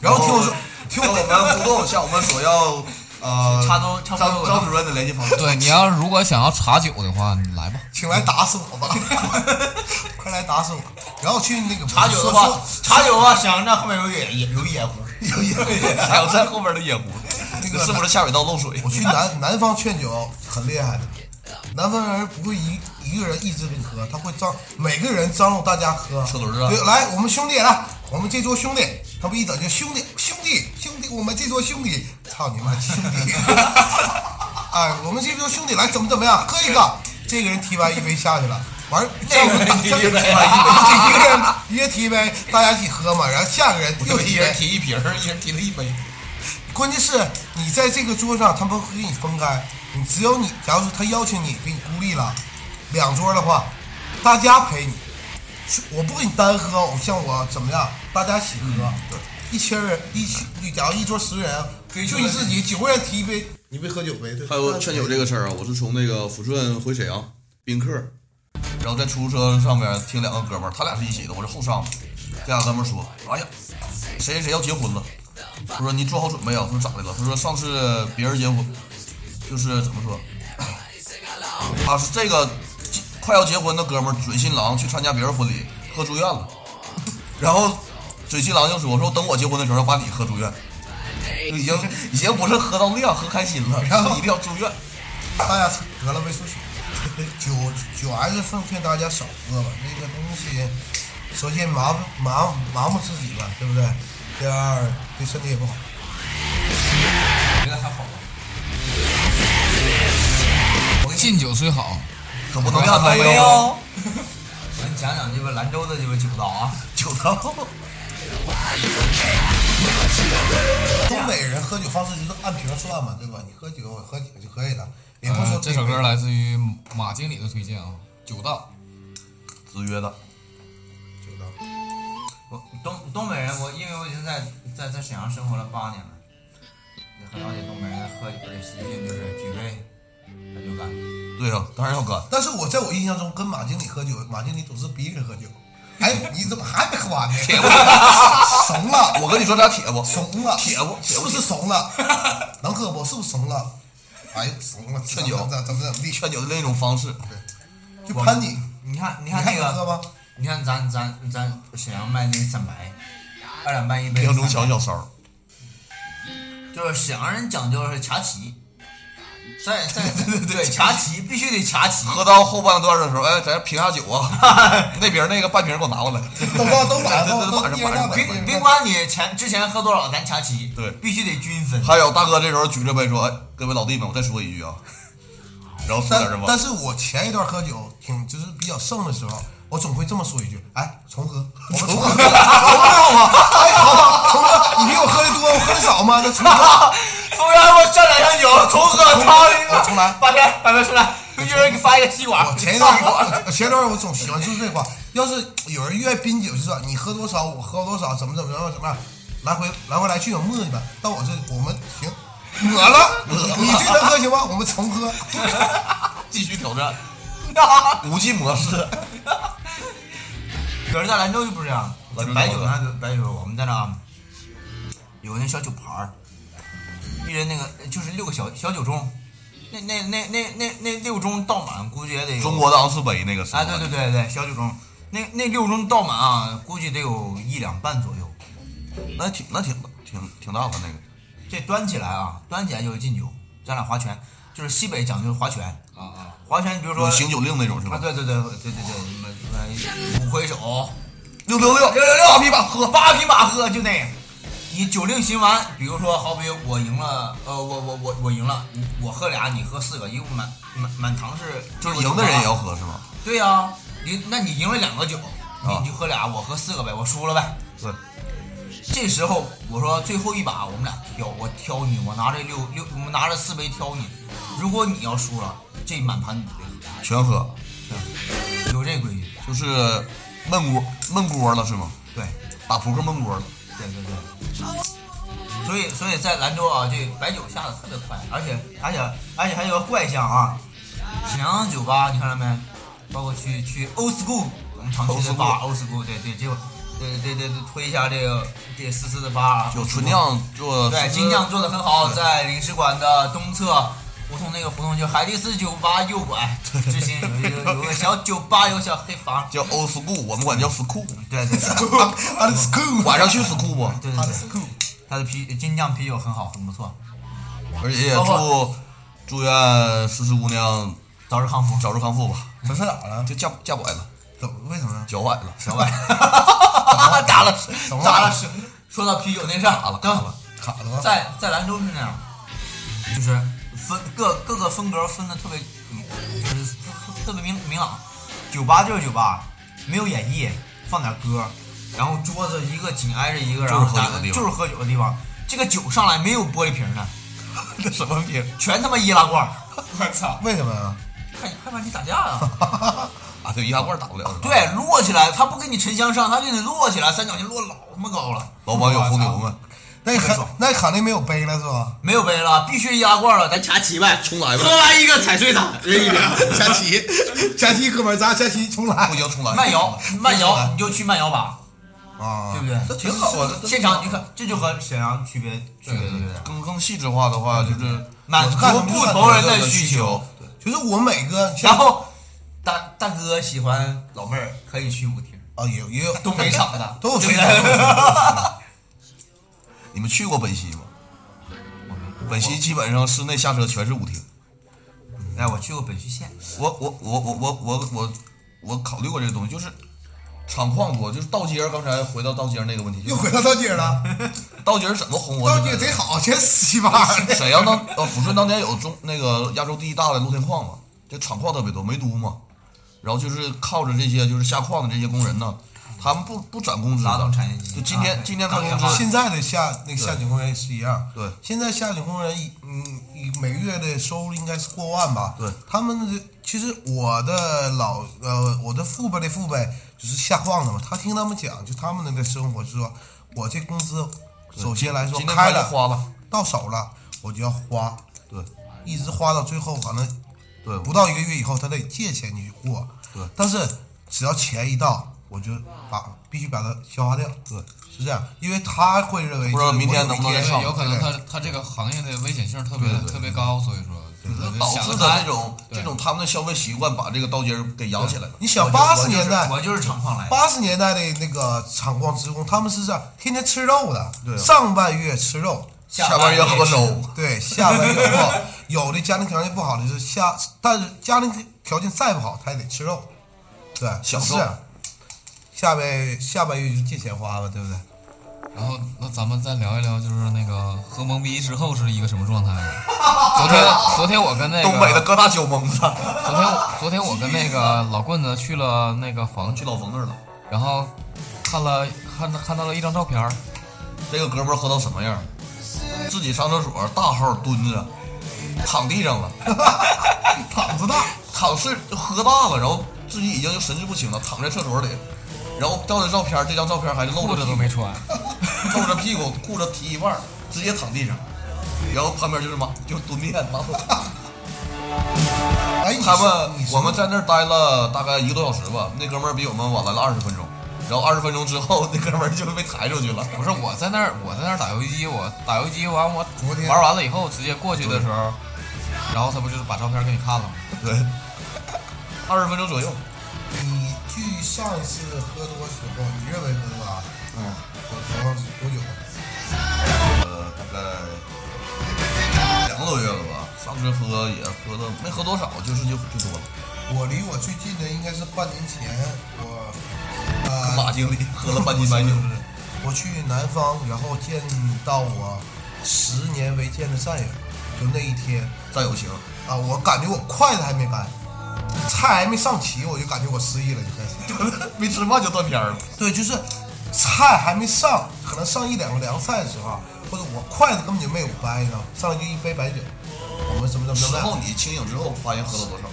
[SPEAKER 4] 然后听我说，
[SPEAKER 2] 听我们互动，向我们索要呃
[SPEAKER 3] 插兜插
[SPEAKER 2] 张
[SPEAKER 3] 兜我
[SPEAKER 2] 张主任的联系方式。
[SPEAKER 1] 对，你要如果想要查酒的话，你来吧。
[SPEAKER 4] 请来打死我吧， 快来打死我！然后去那个
[SPEAKER 3] 茶酒的
[SPEAKER 4] 说
[SPEAKER 3] 话
[SPEAKER 4] 说，
[SPEAKER 3] 茶酒的话，想让后面有野野有野狐，有野
[SPEAKER 2] 还有在后边的野狐，
[SPEAKER 4] 那
[SPEAKER 2] 那
[SPEAKER 4] 个
[SPEAKER 2] 个是不是下水道漏水
[SPEAKER 4] 我？去南南方劝酒很厉害的，南方人不会一一个人一直给你喝，他会张每个人张罗大家喝。
[SPEAKER 2] 车轮儿啊
[SPEAKER 4] 对，来，我们兄弟来，我们这桌兄弟，他不一整就兄弟兄弟兄弟，我们这桌兄弟，操你妈兄弟！ 哎，我们这桌兄弟来怎么怎么样，喝一个。这个人提完一杯下去了，完那
[SPEAKER 3] 个人提一杯
[SPEAKER 4] 一个人一个人提一杯，大家一起喝嘛，然后下个人又提一杯，
[SPEAKER 2] 提一瓶儿，一人提了一杯。
[SPEAKER 4] 关键是你在这个桌上，他们会给你分开。你只有你，假如说他邀请你，给你孤立了，两桌的话，大家陪你。是我不给你单喝，我像我怎么样，大家一起喝。对，一千人，一起，假如一桌十人，就你自己九个人提一杯，你别喝酒呗。对
[SPEAKER 2] 还有劝酒这个事儿啊，我是从那个抚顺回沈阳宾客，然后在出租车上面听两个哥们儿，他俩是一起的，我是后上的。这俩哥们儿说：“哎呀，谁谁谁要结婚了。”他说：“你做好准备啊。”他说：“咋的了？”他说：“上次别人结婚，就是怎么说， 他是这个快要结婚的哥们儿准新郎去参加别人婚礼，喝住院了。 然后准新郎就说：‘我说等我结婚的时候要把你喝住院。’已经已经不是喝到量，喝开心了，然后一定要住院。”
[SPEAKER 4] 大家得了胃出血，酒酒还是奉劝大家少喝吧。那个东西，首先麻麻麻木自己吧，对不对？第二，对身体也不好。
[SPEAKER 3] 觉得还好吧？
[SPEAKER 1] 敬酒虽好，
[SPEAKER 2] 可不能干杯
[SPEAKER 3] 没
[SPEAKER 2] 哟！
[SPEAKER 3] 有。我给你讲讲这个兰州的这个酒道啊，
[SPEAKER 2] 酒糟，
[SPEAKER 4] 东北人喝酒方式就是按瓶算嘛，对吧？你喝酒我喝酒就可以了，也不说
[SPEAKER 1] 呃，这首歌来自于马经理的推荐啊，《酒道
[SPEAKER 2] 子曰的，
[SPEAKER 4] 酒的。
[SPEAKER 3] 我东东北人，我因为我已经在在在沈阳生活了八年了，也很了解东北人的喝酒的习性，就是举杯他就干。
[SPEAKER 2] 对呀、当然要干。
[SPEAKER 4] 但是我在我印象中跟马经理喝酒，马经理总是逼着喝酒。哎，你怎么还没喝完呢？ 怂了，
[SPEAKER 2] 啊我跟你说，咱铁不？
[SPEAKER 4] 怂了，
[SPEAKER 2] 铁不？
[SPEAKER 4] 是不是怂了？能喝不？是不是怂了？哎，怂了，
[SPEAKER 2] 劝酒
[SPEAKER 4] 怎么怎么怎么地，
[SPEAKER 2] 劝酒的另一种方式，
[SPEAKER 4] 就喷你。
[SPEAKER 3] 你看，你
[SPEAKER 4] 你
[SPEAKER 3] 看
[SPEAKER 4] 看
[SPEAKER 3] 那
[SPEAKER 4] 你喝
[SPEAKER 3] 个，
[SPEAKER 4] 吗？
[SPEAKER 3] 你看咱咱咱沈阳卖那个散白，二两半一杯。
[SPEAKER 2] 两种
[SPEAKER 3] 散白
[SPEAKER 2] 小小烧，
[SPEAKER 3] 就是沈阳人讲究是茶席，在在对掐旗必须得掐旗，
[SPEAKER 2] 喝到后半段的时候，哎，咱品下酒 啊，那瓶那个半瓶给我 拿过来，
[SPEAKER 4] 都都都来
[SPEAKER 2] 对对对
[SPEAKER 4] 都都
[SPEAKER 2] 晚上
[SPEAKER 4] 一
[SPEAKER 2] 晚
[SPEAKER 4] 人
[SPEAKER 2] 上晚
[SPEAKER 4] 让点
[SPEAKER 2] 上
[SPEAKER 4] 别
[SPEAKER 3] 别别管你前之前喝多少，咱掐旗，
[SPEAKER 2] 对
[SPEAKER 3] 必须得均分。
[SPEAKER 2] 还有大哥这时候举着杯说：“哎，各位老弟们，我再说一句啊。”然后说点什
[SPEAKER 4] 但
[SPEAKER 2] 么？
[SPEAKER 4] 但是我前一段喝酒挺就是比较盛的时候，我总会这么说一句：“哎，重喝，我们重喝，重喝好吗？哎，好吧，重喝。你比我喝的多，我喝的少吗？那重 喝。
[SPEAKER 3] 服务员，给我上两箱酒，重喝，操你妈！
[SPEAKER 4] 我重来
[SPEAKER 3] 把边把边出来，一人给发一个吸管。
[SPEAKER 4] 我哦前一段 我呃我前一段我总喜欢说这话。要是有人越冰酒，就说你喝多少，我喝多少，怎么怎么样怎么样，来回来回来去有磨叽吧。到我这里我们行，抹了，你这能喝行吗？我们重喝。
[SPEAKER 2] 继续挑战，无尽模 式。
[SPEAKER 3] 可是在兰州就不是这样，
[SPEAKER 2] 兰州
[SPEAKER 3] 白酒
[SPEAKER 2] 怎么
[SPEAKER 3] 那就白酒，我们在那儿有那小酒盘儿，一人那个就是六个小小酒盅，那那那那那那六盅倒满，估计也得有
[SPEAKER 2] 中国的昂斯杯那个是
[SPEAKER 3] 啊，对对对对，小酒盅，那那六盅倒满啊，估计得有一两半左右。
[SPEAKER 2] 对，那挺那挺挺挺大的那个，
[SPEAKER 3] 这端起来啊，端起来就是敬酒。咱俩划拳，就是西北讲究划拳，
[SPEAKER 1] 啊啊，
[SPEAKER 3] 划拳，比如说
[SPEAKER 2] 有醒酒令那种是
[SPEAKER 3] 啊，
[SPEAKER 2] 吧？
[SPEAKER 3] 对对对对对对，什么什么五挥手，
[SPEAKER 2] 六六六
[SPEAKER 3] 六六六，八匹马喝，八匹马喝，就那。你酒令行完，比如说，好比我赢了，呃，我我我我赢了，你我喝俩，你喝四个，因为满满满堂是
[SPEAKER 2] 就是赢的人也要。喝是吗？
[SPEAKER 3] 对呀、你那你赢了两个酒，
[SPEAKER 2] 啊
[SPEAKER 3] 你你就喝俩，我喝四个呗，我输了呗。
[SPEAKER 2] 对，
[SPEAKER 3] 这时候我说最后一把我们俩挑，我挑你，我拿着六六，我们拿着四杯挑你。如果你要输了，这满盘你就得
[SPEAKER 2] 全喝，
[SPEAKER 3] 喝，有这规矩。
[SPEAKER 2] 就是闷锅闷锅了是吗？
[SPEAKER 3] 对，
[SPEAKER 2] 打扑克闷锅了，
[SPEAKER 3] 对对对。所以所以在兰州啊，这白酒下的特别快，而且而且而且还有个怪象啊，沈阳酒吧你看到没？包括去去 Old School，我们常去的吧 Old School，对对，这个对对对对，推一下这个这思思的吧，
[SPEAKER 2] 就纯酿做
[SPEAKER 3] 对，精酿做的很好，在领事馆的东侧胡同那个胡同就海蒂斯酒吧右拐，之前有一个有个小酒吧，有小黑房，
[SPEAKER 2] 叫 old school，我们管叫 school。
[SPEAKER 3] 对对对
[SPEAKER 4] I'm cool，
[SPEAKER 2] 晚上去 school 不？
[SPEAKER 3] 对对
[SPEAKER 4] I'm
[SPEAKER 3] 对，
[SPEAKER 4] cool。
[SPEAKER 3] 他的啤精酿啤酒很好，很不 错，
[SPEAKER 2] 而且也祝祝愿思思姑娘
[SPEAKER 3] 早日康复。
[SPEAKER 2] 早日康复吧，
[SPEAKER 4] 这是咋了？
[SPEAKER 2] 就嫁嫁崴了，
[SPEAKER 4] 怎么为什么呀？
[SPEAKER 2] 脚崴了，脚
[SPEAKER 3] 崴打了打了是，说到啤酒那事儿，
[SPEAKER 2] 卡了卡了，
[SPEAKER 4] 卡了吗？
[SPEAKER 3] 在在兰州是那样，就是分各各个风格分的特别明，就是特别明明朗。酒吧就是酒吧，没有演绎，放点歌，然后桌子一个紧挨着一个，然后
[SPEAKER 2] 就是喝
[SPEAKER 3] 大
[SPEAKER 2] 酒的地方
[SPEAKER 3] 就是喝酒的地方。这个酒上来没有玻璃瓶 的，
[SPEAKER 2] 这什么病
[SPEAKER 3] 全他妈易拉 罐儿，
[SPEAKER 4] 为什么呀？
[SPEAKER 3] 害害怕你打架啊！
[SPEAKER 2] 啊？这易拉罐打不了是吧？
[SPEAKER 3] 对，，摞起来，他不给你沉香上，他就得摞起来，三角形摞老他妈高了。
[SPEAKER 2] 老板有红牛吗？
[SPEAKER 4] 那卡那卡内没有杯了是吧？
[SPEAKER 3] 没有杯了，必须易拉罐了，咱掐齐呗，
[SPEAKER 2] 重来吧
[SPEAKER 3] 喝完一个踩碎它，人一瓶。
[SPEAKER 4] 佳琪，佳琪哥们儿，咱佳琪重来
[SPEAKER 2] 不行，重来。
[SPEAKER 3] 慢摇，慢摇，你就去慢摇吧，
[SPEAKER 4] 啊
[SPEAKER 3] 对不对？
[SPEAKER 2] 这挺好啊这
[SPEAKER 3] 现场你看，这就和沈阳区别区别对不对？
[SPEAKER 2] 更更细致化的话，就是
[SPEAKER 3] 满足不同人的需求
[SPEAKER 2] 求。。
[SPEAKER 4] 就是我每个
[SPEAKER 3] 然后 大大哥喜欢老妹儿，可以去舞厅，
[SPEAKER 4] 啊也也有
[SPEAKER 3] 东北厂的，
[SPEAKER 4] 都有
[SPEAKER 3] 对
[SPEAKER 4] 非
[SPEAKER 3] 不
[SPEAKER 4] 常
[SPEAKER 3] 对？
[SPEAKER 2] 你们去过本溪吗？本溪基本上室内下车全是舞厅。
[SPEAKER 3] 哎，我去过本溪县，
[SPEAKER 2] 我我我我我我我我考虑过这个东西，就是厂矿多，就是道街儿。刚才回到道街儿那个问题，就
[SPEAKER 4] 又
[SPEAKER 2] 是
[SPEAKER 4] 回到道姐了，
[SPEAKER 2] 道街儿怎么红火？
[SPEAKER 4] 道姐贼好，全死七八的。
[SPEAKER 2] 沈阳当呃抚顺当年有中那个亚洲第一大的露天矿嘛，这厂矿特别多，煤都嘛，然后就是靠着这些就是下矿的这些工人呢，他们不不涨工资
[SPEAKER 3] 拉动
[SPEAKER 2] 的，
[SPEAKER 3] 产业基
[SPEAKER 2] 就
[SPEAKER 3] 金
[SPEAKER 2] 今天
[SPEAKER 3] 啊
[SPEAKER 2] 今天看工
[SPEAKER 3] 钢铁
[SPEAKER 2] 资
[SPEAKER 3] 化，
[SPEAKER 4] 现在的下那个下井工人也是一样，
[SPEAKER 2] 对
[SPEAKER 4] 现在下井工人一嗯一每个月的收入应该是过万吧，
[SPEAKER 2] 对
[SPEAKER 4] 他们的其实我的老呃我的父辈的父辈就是下矿的嘛，他听他们讲就他们那个生活，就是说我这工资首先来说
[SPEAKER 2] 今天
[SPEAKER 4] 开
[SPEAKER 2] 开了
[SPEAKER 4] 了
[SPEAKER 2] 花了，
[SPEAKER 4] 到手了我就要花，
[SPEAKER 2] 对
[SPEAKER 4] 一直花到最后，可能
[SPEAKER 2] 对，
[SPEAKER 4] 不到一个月以后，他得借钱去过。
[SPEAKER 2] 对
[SPEAKER 4] 但是只要钱一到，我就把必须把它消化掉。对，是这样，因为他会认为
[SPEAKER 2] 不知道
[SPEAKER 4] 就是
[SPEAKER 2] 明天
[SPEAKER 4] 我
[SPEAKER 2] 能
[SPEAKER 4] 有一
[SPEAKER 2] 不能再上
[SPEAKER 1] 对，有可能他他这个行业的危险性特别特别高，所以说就是
[SPEAKER 2] 导
[SPEAKER 1] 想
[SPEAKER 2] 致
[SPEAKER 1] 得
[SPEAKER 2] 的
[SPEAKER 1] 开
[SPEAKER 2] 这种
[SPEAKER 1] 对
[SPEAKER 2] 这种他们的消费习惯把这个道街儿给养起来了。
[SPEAKER 4] 你想八十
[SPEAKER 3] 我就是
[SPEAKER 4] 年代，
[SPEAKER 3] 我就是厂矿来的，
[SPEAKER 4] 八十年代的那个厂矿职工，他们是这样，天天吃肉的，
[SPEAKER 2] 对啊
[SPEAKER 4] 上半月吃肉，
[SPEAKER 2] 下半月喝粥，
[SPEAKER 4] 对，下半月喝， 有的家庭条件不好的就是下，但是家庭条件再不好，他也得吃肉，对，
[SPEAKER 2] 享
[SPEAKER 4] 是
[SPEAKER 2] 受
[SPEAKER 4] 啊下半下半月就借钱花吧，对不对？
[SPEAKER 1] 然后那咱们再聊一聊，就是那个喝懵逼之后是一个什么状态呢？昨天昨天我跟那个
[SPEAKER 2] 东北的各大酒蒙子
[SPEAKER 1] 昨天我昨天我跟那个老棍子去了那个房
[SPEAKER 2] 去
[SPEAKER 1] 去，
[SPEAKER 2] 老冯那儿了。
[SPEAKER 1] 然后看了看看到了一张照片儿，
[SPEAKER 2] 这个哥们儿喝到什么样儿？自己上厕所大号蹲着，躺地上了， 躺着大，躺是喝大了，然后自己已经就神志不清了，躺在厕所里，然后照的照片儿，这张照片儿还是露
[SPEAKER 1] 裤子
[SPEAKER 2] 着屁
[SPEAKER 1] 都
[SPEAKER 2] 股
[SPEAKER 1] 没穿，
[SPEAKER 2] 露着屁股，裤子提一半儿，直接躺地上，然后旁边就是马，就是蹲便马桶。
[SPEAKER 4] 哎，你
[SPEAKER 2] 他
[SPEAKER 4] 说
[SPEAKER 2] 们
[SPEAKER 4] 你说
[SPEAKER 2] 我们在那儿待了大概一个多小时吧，那哥们儿比我们晚来了二十分钟，然后二十分钟之后，那哥们儿就被抬出去了。
[SPEAKER 1] 不是我在那儿我在那儿打游戏机，我打游戏机完我
[SPEAKER 4] 昨天
[SPEAKER 1] 玩完了以后直接过去的时候，然后他不就是把照片给你看了吗？
[SPEAKER 2] 对，二十分钟左右。
[SPEAKER 4] 你距上一次喝多时候，你认为喝多啊？嗯，我多少多久？
[SPEAKER 2] 呃，大概两个多月了吧。上次喝也喝的没喝多少，就是就就多了。
[SPEAKER 4] 我离我最近的应该是半年前，我
[SPEAKER 2] 跟
[SPEAKER 4] 呃，
[SPEAKER 2] 马经理喝了半斤白酒，
[SPEAKER 4] 我去南方，然后见到我十年未见的战友，就那一天
[SPEAKER 2] 再有情。
[SPEAKER 4] 啊，我感觉我筷子还没干，菜还没上齐，我就感觉我失忆了，就开始。
[SPEAKER 2] 没吃饭就断片儿了，
[SPEAKER 4] 对，就是菜还没上，可能上一两个凉菜的时候，啊或者我筷子根本就没有掰呢，上来就一杯白酒，我们怎么怎么怎
[SPEAKER 2] 之
[SPEAKER 4] 么样。
[SPEAKER 2] 后你清醒之后发现喝了多少？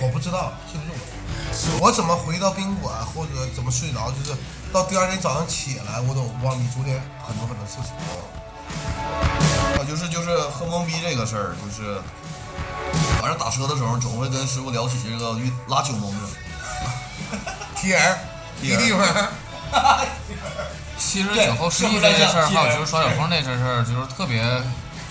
[SPEAKER 4] 我不知道是不是我，我怎么回到宾馆啊或者怎么睡着，就是到第二天早上起来，我都忘你昨天很多很多事情。
[SPEAKER 2] 啊，就是就是喝懵逼这个事儿，就是晚上打车的时候总会跟师傅聊起这个运拉酒蒙子。
[SPEAKER 4] 铁儿，一地方儿，
[SPEAKER 1] 其实
[SPEAKER 2] 对
[SPEAKER 1] 酒后失忆这件事儿，还有就是耍酒疯这件事儿，就是特别，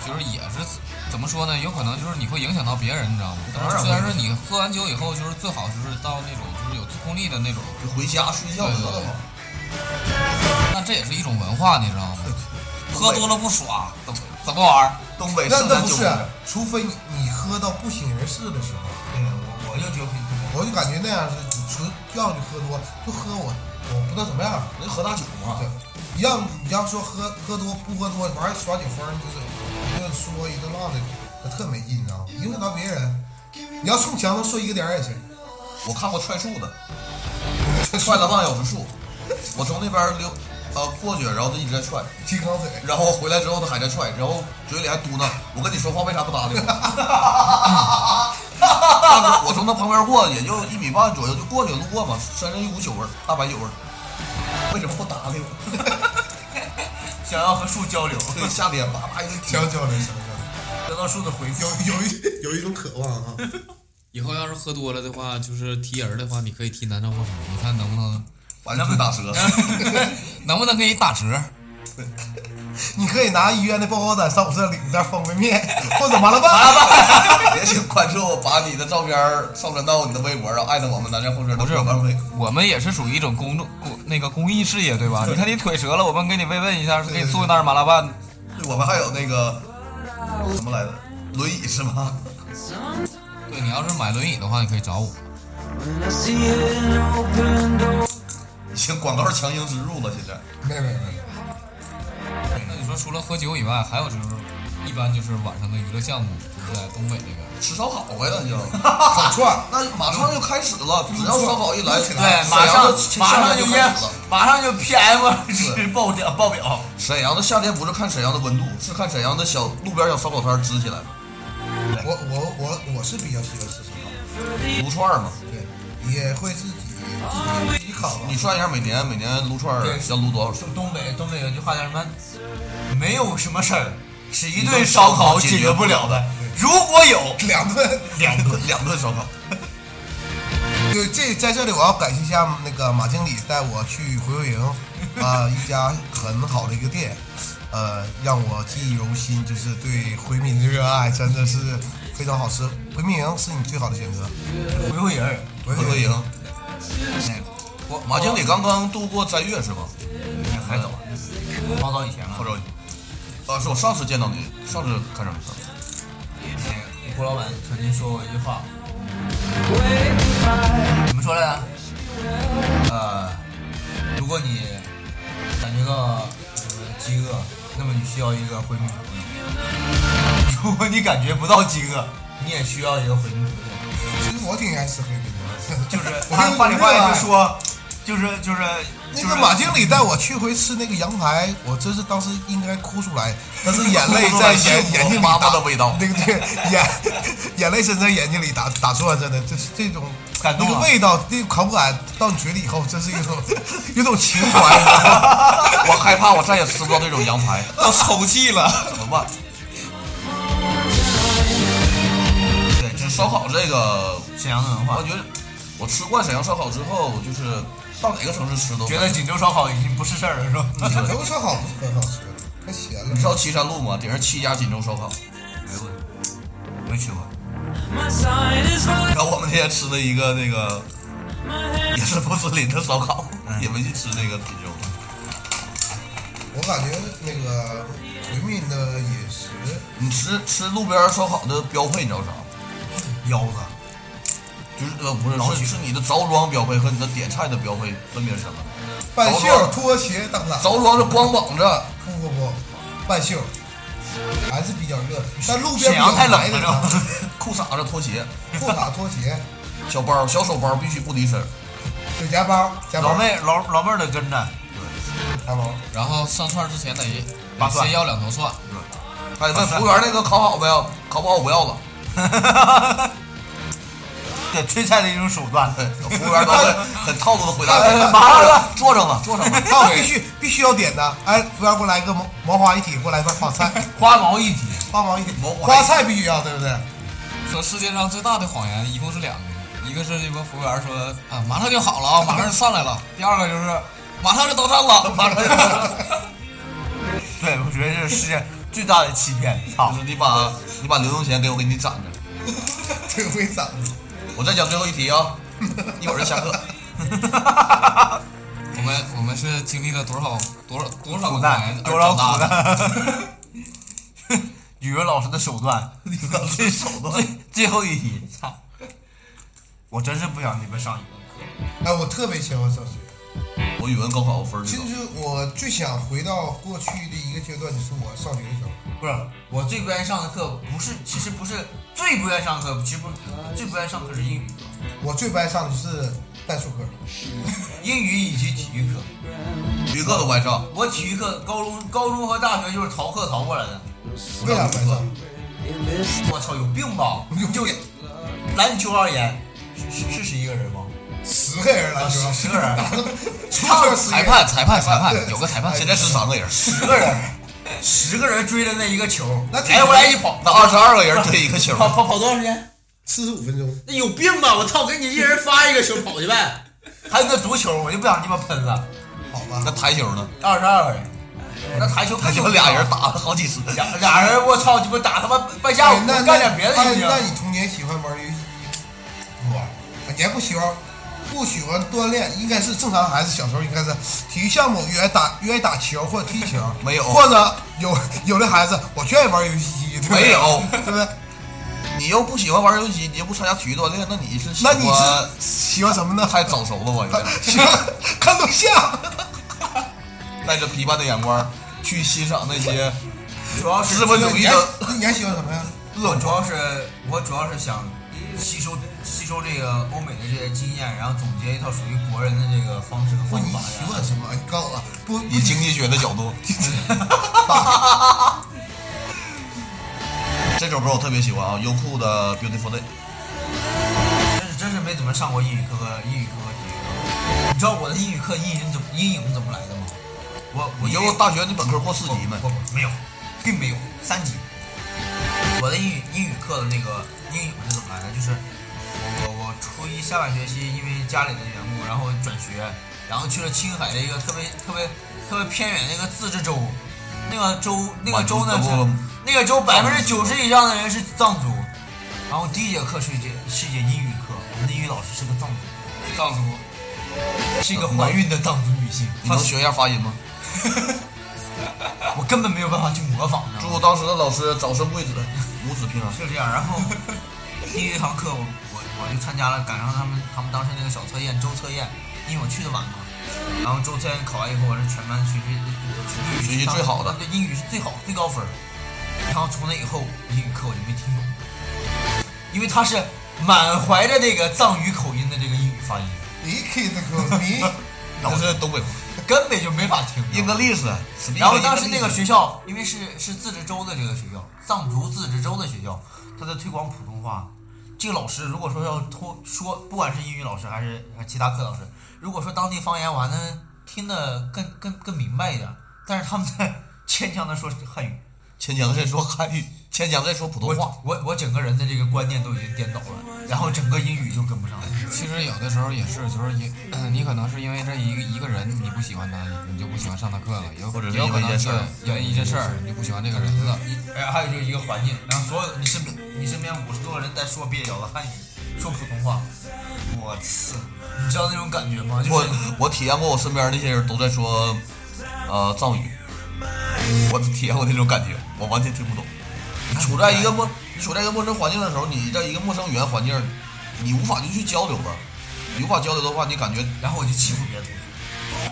[SPEAKER 1] 就是也是怎么说呢？有可能就是你会影响到别人，你知道吗？
[SPEAKER 2] 当然会
[SPEAKER 1] 虽然说你喝完酒以后，就是最好就是到那种就是有自控力的那种，
[SPEAKER 2] 就回家睡觉得了嘛。
[SPEAKER 1] 但这也是一种文化，你知道吗？喝多了不爽，怎么怎么玩儿？
[SPEAKER 2] 东北
[SPEAKER 4] 那
[SPEAKER 2] 圣
[SPEAKER 4] 那
[SPEAKER 2] 诞
[SPEAKER 4] 不
[SPEAKER 2] 酒
[SPEAKER 4] 是
[SPEAKER 2] 蒙，
[SPEAKER 4] 除非你你喝到不省人事的时候，哎
[SPEAKER 3] 对，我我就酒品特别
[SPEAKER 4] 我就感觉那样是纯要就喝多，就喝我我不知道怎么样。
[SPEAKER 2] 那喝大酒嘛
[SPEAKER 4] 对，，你要你要说喝喝多不喝多，玩意儿耍酒疯儿，就是一顿说一顿唠的，那特没劲，你知道吗？影响到别人。你要冲墙头睡一个点儿也行。
[SPEAKER 2] 我看过踹树的，踹了半小时树，我从那边溜呃过去，然后他一直在踹，
[SPEAKER 4] 金刚腿，
[SPEAKER 2] 然后回来之后他还在踹，然后嘴里还嘟囔：“我跟你说话为啥不搭理我？” 大哥，我从他旁边过，也就一米半左右就过去路过嘛，身上一股酒味儿，大白酒味儿，为什么不搭理我？
[SPEAKER 3] 想要和树交流，
[SPEAKER 2] 对，夏天叭叭一顿
[SPEAKER 4] 香
[SPEAKER 2] 跳，
[SPEAKER 4] 蕉的香蕉，
[SPEAKER 3] 得到树的回复。
[SPEAKER 4] 有有一有一种渴望啊。
[SPEAKER 1] 以后要是喝多了的话，就是踢人的话，你可以踢男生或女，你看能不能
[SPEAKER 2] 完了就打折。
[SPEAKER 1] 能不能给你打折？
[SPEAKER 4] 你可以拿医院的报告单上我这领袋方便面，或者麻 辣 拌。
[SPEAKER 2] 也请关注我，把你的照片儿上传到你的微博，然后艾特我们南站后车的
[SPEAKER 1] 不是
[SPEAKER 2] 官方微博。
[SPEAKER 1] 我们也是属于一种公众公那个公益事业，对吧？你看你腿折了，我们给你慰问一下，给你送一袋麻辣拌，
[SPEAKER 2] 我们还有那个什么来着，轮椅是吗？
[SPEAKER 1] 对你要是买轮椅的话，你可以找我。
[SPEAKER 2] 已经广告强行植入了，现在
[SPEAKER 4] 没有没有没有，
[SPEAKER 1] 那你说除了喝酒以外，还有就是一般就是晚上的娱乐项目，就是在东北这边。
[SPEAKER 2] 吃烧烤回来 就，
[SPEAKER 4] 烤串，
[SPEAKER 2] 那马上就开始了，只要烧烤一来，
[SPEAKER 3] 对，
[SPEAKER 2] 沈
[SPEAKER 3] 马
[SPEAKER 2] 阳
[SPEAKER 3] 上
[SPEAKER 2] 的夏
[SPEAKER 3] 马上
[SPEAKER 2] 天就
[SPEAKER 3] 烟
[SPEAKER 2] 开始了。，
[SPEAKER 3] 马上就 PM 是爆表爆表。
[SPEAKER 2] 沈阳的夏天不是看沈阳的温度，是看沈阳的小路边小烧烤摊支起来，
[SPEAKER 4] 我我我我是比较喜欢吃烧烤，
[SPEAKER 2] 撸串儿嘛。
[SPEAKER 4] 对，也会自己自己啊自己烤吧
[SPEAKER 2] 你。算一下，每年每年撸串儿
[SPEAKER 3] 对
[SPEAKER 2] 要撸多少次？
[SPEAKER 3] 就东北东北有句话叫什么？没有什么事儿是一顿烧烤解决不了的，如果有
[SPEAKER 4] 两顿，
[SPEAKER 3] 两顿。
[SPEAKER 2] 两顿 烧烤。
[SPEAKER 4] 对，这在这里我要感谢一下那个马经理带我去回回营，啊、一家很好的一个店，呃，让我记忆犹新，就是对回民的热爱真的是非常好吃。回民营是你最好的选择。
[SPEAKER 3] 回回人，
[SPEAKER 4] 回
[SPEAKER 2] 回回
[SPEAKER 4] 营
[SPEAKER 2] 营。我马经理嗯刚刚度过斋月是吗？
[SPEAKER 3] 哦还早，好早以前了
[SPEAKER 2] 或。者，啊，是我上次见到你，上次看上你了。
[SPEAKER 3] 那个胡老板曾经说过一句话，怎么说来着？呃，如果你感觉到呃饥饿，那么你需要一个回民朋友；如果你感觉不到饥饿，你也需要一个回民朋友。
[SPEAKER 4] 其实我挺爱吃黑饼的，
[SPEAKER 3] 就是
[SPEAKER 4] 我
[SPEAKER 3] 他
[SPEAKER 4] 跟你
[SPEAKER 3] 话里话
[SPEAKER 4] 说啊
[SPEAKER 3] 外就说，就是就是
[SPEAKER 4] 那
[SPEAKER 3] 就
[SPEAKER 4] 个
[SPEAKER 3] 是
[SPEAKER 4] 马经理带我去回吃那个羊排，我真是当时应该哭出来，但是眼泪在 眼眼睛里
[SPEAKER 2] 妈妈
[SPEAKER 4] 打
[SPEAKER 2] 的味道
[SPEAKER 4] 那个对眼眼泪真在眼睛里打打转，真的，这是这种
[SPEAKER 3] 感动啊
[SPEAKER 4] 那
[SPEAKER 3] 了
[SPEAKER 4] 个味道，那个口感到你嘴里以后，真是一种 有种情怀，你知道吗
[SPEAKER 2] 我害怕我再也吃不到这种羊排，
[SPEAKER 3] 到抽泣了。
[SPEAKER 2] 怎么办？
[SPEAKER 3] 对，
[SPEAKER 2] 就
[SPEAKER 3] 这
[SPEAKER 2] 是
[SPEAKER 3] 是
[SPEAKER 2] 烧烤这个，
[SPEAKER 3] 沈阳的文化
[SPEAKER 2] 我。觉得我吃惯沈阳烧烤之后，就是到哪个城市吃都
[SPEAKER 3] 觉得锦州烧烤已经不是事儿了，是吧？
[SPEAKER 4] 锦州烧烤不是很好吃，太咸
[SPEAKER 2] 你知
[SPEAKER 4] 了。
[SPEAKER 2] 道岐山路吗？顶上七家锦州烧烤。
[SPEAKER 3] 没吃过。
[SPEAKER 2] 然后我们那天吃了一个那个也是穆斯林的烧烤，也没去吃那个锦州。
[SPEAKER 4] 我感觉那个回民的饮食，
[SPEAKER 2] 你吃吃路边烧烤的标配，你知道啥吗？
[SPEAKER 4] 腰子，
[SPEAKER 3] 啊
[SPEAKER 2] 就是呃不
[SPEAKER 3] 老
[SPEAKER 2] 是
[SPEAKER 3] 许
[SPEAKER 2] 是是你的着装标配和你的点菜的标配分别是什么？
[SPEAKER 4] 半
[SPEAKER 2] 着
[SPEAKER 4] 袖
[SPEAKER 2] 装
[SPEAKER 4] 拖鞋当啷。
[SPEAKER 2] 着装是光膀子，
[SPEAKER 4] 不不不，半袖还是比较热，但路边
[SPEAKER 3] 沈
[SPEAKER 4] 比
[SPEAKER 3] 阳
[SPEAKER 4] 较
[SPEAKER 3] 太冷
[SPEAKER 4] 白
[SPEAKER 3] 了
[SPEAKER 4] 的
[SPEAKER 3] 是
[SPEAKER 4] 呢
[SPEAKER 3] 吧，
[SPEAKER 2] 裤衩子拖鞋，
[SPEAKER 4] 裤衩拖鞋，
[SPEAKER 2] 小包小手包必须不离身。
[SPEAKER 4] 有夹包，夹包
[SPEAKER 3] 老，妹老老妹儿得跟着，
[SPEAKER 4] 夹包。
[SPEAKER 1] 然后上串之前得
[SPEAKER 3] 拔蒜
[SPEAKER 1] 先要两头蒜，
[SPEAKER 2] 哎，问服务员那个烤好没有？烤不好我不要了。
[SPEAKER 3] 对，催菜的一种手段。
[SPEAKER 2] 哎服务员都会 很 套路的回答
[SPEAKER 4] 哎哎哎
[SPEAKER 2] 你，马上了，坐上了，坐上了。
[SPEAKER 4] 那我必须必须要点的，哎，服务员给我来个毛毛花一体，给我来份花菜，
[SPEAKER 3] 花毛一体，
[SPEAKER 4] 花毛一体
[SPEAKER 2] 毛，花一体
[SPEAKER 4] 花菜必须要，对不对？
[SPEAKER 1] 说世界上最大的谎言一共是两个，一个是这个服务员说啊马上就好了啊，马上就上来了；第二个就是马上就到站了，马上就到站了。
[SPEAKER 3] 对，我觉得这是世界最大的欺骗。操
[SPEAKER 2] 就！是你把你把流动钱给我，给你攒着。
[SPEAKER 4] 这个会长，
[SPEAKER 2] 我再讲最后一题啊， 一会儿就下课。
[SPEAKER 1] 我们我们是经历了多少多少多少
[SPEAKER 3] 苦
[SPEAKER 1] 个
[SPEAKER 3] 难，
[SPEAKER 1] 多
[SPEAKER 3] 多少苦
[SPEAKER 1] 大的？
[SPEAKER 3] 难。 语文老师的手段，语文老师的手段。最最后一题，操！我真是不想你们上语文
[SPEAKER 4] 哎，我特别喜欢上学。
[SPEAKER 2] 我语文高考我分儿
[SPEAKER 4] 其
[SPEAKER 2] 就高
[SPEAKER 4] 实我最想回到过去的一个阶段，就是我上学的时候。
[SPEAKER 3] 课，不是我最不愿意上的课，不是，其实不是最不愿意上的课，其实不是最不愿意上课是英语，
[SPEAKER 4] 我最不爱上的就是代数课，
[SPEAKER 3] 英语以及体育课。
[SPEAKER 2] 体育课都不爱上，
[SPEAKER 3] 我体育课高中、高中和大学就是逃课逃过来的。
[SPEAKER 4] 为啥不爱上？
[SPEAKER 3] 我操，有病吧？ 就篮球而言，是是十一个人吗？
[SPEAKER 4] 十个人篮球，
[SPEAKER 3] 啊十十 个人
[SPEAKER 4] 宿舍十个
[SPEAKER 1] 裁
[SPEAKER 4] 人
[SPEAKER 1] 判裁判裁
[SPEAKER 4] 裁判
[SPEAKER 1] 判，有个裁判，
[SPEAKER 2] 现在十三个人，
[SPEAKER 3] 十个人，十个人追着那一个球，哎
[SPEAKER 4] 那挺
[SPEAKER 3] 来回来一跑，
[SPEAKER 2] 那二十二个人对一个球，
[SPEAKER 3] 跑跑跑多长时间？
[SPEAKER 4] 四十五分钟，
[SPEAKER 3] 那有病吧！我操，给你一人发一个球，跑去呗。还有那足球，我就不想鸡巴喷了。
[SPEAKER 4] 好吧。
[SPEAKER 2] 那台球呢？
[SPEAKER 3] 二十二个人，
[SPEAKER 4] 哎
[SPEAKER 3] 那台球
[SPEAKER 2] 台
[SPEAKER 3] 更
[SPEAKER 2] 球俩人打了好几十，
[SPEAKER 3] 俩俩人，我操鸡巴打他妈半下午
[SPEAKER 4] 哎，那
[SPEAKER 3] 干点别的
[SPEAKER 4] 那
[SPEAKER 3] 行不行？
[SPEAKER 4] 那你童年喜欢玩游戏不玩？你还不喜欢，不喜欢锻炼，应该是正常孩子小时候应该是体育项目越爱打越爱打球或者踢球，
[SPEAKER 2] 没有
[SPEAKER 4] 或者有有的孩子我就爱玩游戏机，对不对
[SPEAKER 2] 没有
[SPEAKER 4] 对不对？
[SPEAKER 2] 你又不喜欢玩游戏，你又不参加体育锻炼，那你是喜
[SPEAKER 4] 那
[SPEAKER 2] 欢
[SPEAKER 4] 你是喜欢什么呢？
[SPEAKER 2] 太早熟了吧？有点
[SPEAKER 4] 喜欢看录像，
[SPEAKER 2] 带着批判的眼光去欣赏那些
[SPEAKER 3] 主要是
[SPEAKER 2] 资本主义的
[SPEAKER 4] 那你还喜欢什么呀？
[SPEAKER 3] 我主要是我主要是想吸收吸收这个欧美的这些经验，然后总结一套属于国人的这个方式和
[SPEAKER 4] 不，
[SPEAKER 3] 方
[SPEAKER 4] 你
[SPEAKER 3] 法
[SPEAKER 4] 喜
[SPEAKER 3] 呀。
[SPEAKER 4] 欢什么？你告诉我，不不
[SPEAKER 2] 以经济学的角度。 这首歌我特别喜欢啊，优酷的《Beautiful Day》。
[SPEAKER 3] 真是真是没怎么上过英语课和英语课和体育课。你知道我的英语课阴影怎么阴影怎么来的吗？我我
[SPEAKER 2] 你就大学你本科过四级
[SPEAKER 3] 我
[SPEAKER 2] 没？
[SPEAKER 3] 我我没有，并没有三级。我的英语英语课的那个英语是怎么来的？就是我我初一下半学期因为家里的缘故，然后转学，然后去了青海的一个特别特别特别偏远的一个自治州，那个州那个州呢
[SPEAKER 2] 满
[SPEAKER 3] 是
[SPEAKER 2] 族不
[SPEAKER 3] 那个州百分之九十以上的人是藏族，然后第一节课是一节是一节英语课，我们的英语老师是个藏族，
[SPEAKER 1] 藏族
[SPEAKER 3] 是一个怀孕的藏族女性，
[SPEAKER 2] 你能学一下发音吗？
[SPEAKER 3] 我根本没有办法去模仿，你知道吗
[SPEAKER 2] 祝当时的老师早生贵子，母子平安。
[SPEAKER 3] 就这样。然后 第一堂课我我我就参加了，赶上他们他们当时那个小测验周测验，因为我去的晚嘛。然后周测验考完以后，我是全班学习英语是
[SPEAKER 2] 学习最好的
[SPEAKER 3] 啊对英语是最好最高分儿。然后从那以后，英语课我就没听懂，因为他是满怀着这个藏语口音的这个英语发音，
[SPEAKER 4] 你 kid 哥，你
[SPEAKER 2] 那是东北话
[SPEAKER 3] 根本就没法听。
[SPEAKER 2] ，English。
[SPEAKER 3] 然后当时那个学校，因为是是自治州的这个学校，藏族自治州的学校，他在推广普通话。这个老师如果说要通说，不管是英语老师还是还是其他课老师，如果说当地方言，我还能听得更更更明白一点。但是他们在 牵强的说汉语，
[SPEAKER 2] 牵强在说汉语，牵强在说普
[SPEAKER 3] 我
[SPEAKER 2] 通话。
[SPEAKER 3] 我我整个人的这个观念都已经颠倒了，然后整个英语就跟不上了。
[SPEAKER 1] 其实有的时候也是，就是也你可能是因为这一个一个人你不喜欢他，你就不喜欢上他课了，也有
[SPEAKER 2] 或者是
[SPEAKER 1] 也有可
[SPEAKER 2] 因为一
[SPEAKER 1] 能
[SPEAKER 2] 件事
[SPEAKER 1] 是
[SPEAKER 2] 儿嗯
[SPEAKER 1] 因为一件事儿你就不喜欢这个人了。
[SPEAKER 3] 一哎，还有就是一个环境，然后所有你身边你身边五十多个人在说蹩脚的汉语，说普通话，我次，你知道那种感觉吗？就
[SPEAKER 2] 我
[SPEAKER 3] 是
[SPEAKER 2] 我体验过，我身边那些人都在说，呃，藏语，我体验过那种感觉，我完全听不懂。你处在一个陌，你处在一个陌生环境的时候，你在一个陌生语言环境，你无法就去交流吧。你无法交流的话，你感觉
[SPEAKER 3] 然后我就欺负别人，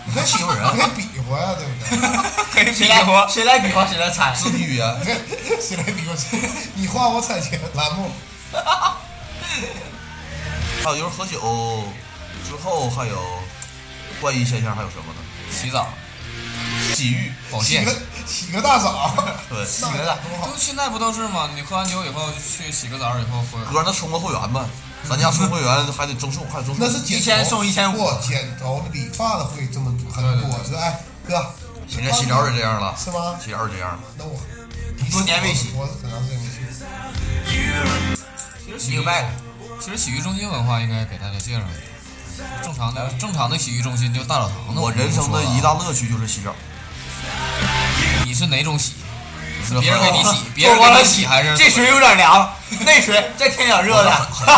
[SPEAKER 2] 你太欺负人
[SPEAKER 4] 可以
[SPEAKER 2] 了，
[SPEAKER 4] 比划呀，对不对？
[SPEAKER 3] 谁来谁来比划谁来猜，
[SPEAKER 2] 肢体语言。
[SPEAKER 4] 对，谁来比划谁？你画我 彩钱栏目，
[SPEAKER 2] 还有就是喝酒之后，还有怪异现象，还有什么呢？
[SPEAKER 1] 洗 澡、
[SPEAKER 2] 洗浴。
[SPEAKER 1] 保
[SPEAKER 4] 洗
[SPEAKER 1] 健
[SPEAKER 4] 个，洗个大澡，
[SPEAKER 2] 对，
[SPEAKER 4] 洗个大多好。
[SPEAKER 1] 就哦现在不都是吗？你喝完酒以后去洗个澡以后喝，
[SPEAKER 2] 哥，那充个会员吧，咱家充会员还得赠送，还得赠送。
[SPEAKER 4] 那是剪头
[SPEAKER 3] 一千送一千五
[SPEAKER 4] 不剪头理发的会这么很多，是哎哥，
[SPEAKER 2] 现在洗澡也这样了，
[SPEAKER 4] 是吗
[SPEAKER 2] 洗澡也这样了，
[SPEAKER 4] 那我
[SPEAKER 3] 多年未洗
[SPEAKER 4] 我可能是没去。
[SPEAKER 1] 洗
[SPEAKER 3] 明白了。
[SPEAKER 1] 其实洗浴中心文化应该给大家介绍一下，正常的正常的洗浴中心就大澡堂子。
[SPEAKER 2] 我人生的一大乐趣就是洗澡。
[SPEAKER 1] 你是哪种洗？
[SPEAKER 2] 就是
[SPEAKER 1] 别人给你洗， 别
[SPEAKER 3] 我
[SPEAKER 1] 人给
[SPEAKER 3] 来
[SPEAKER 1] 你洗还是
[SPEAKER 3] 这水有点凉，那水再添点热的，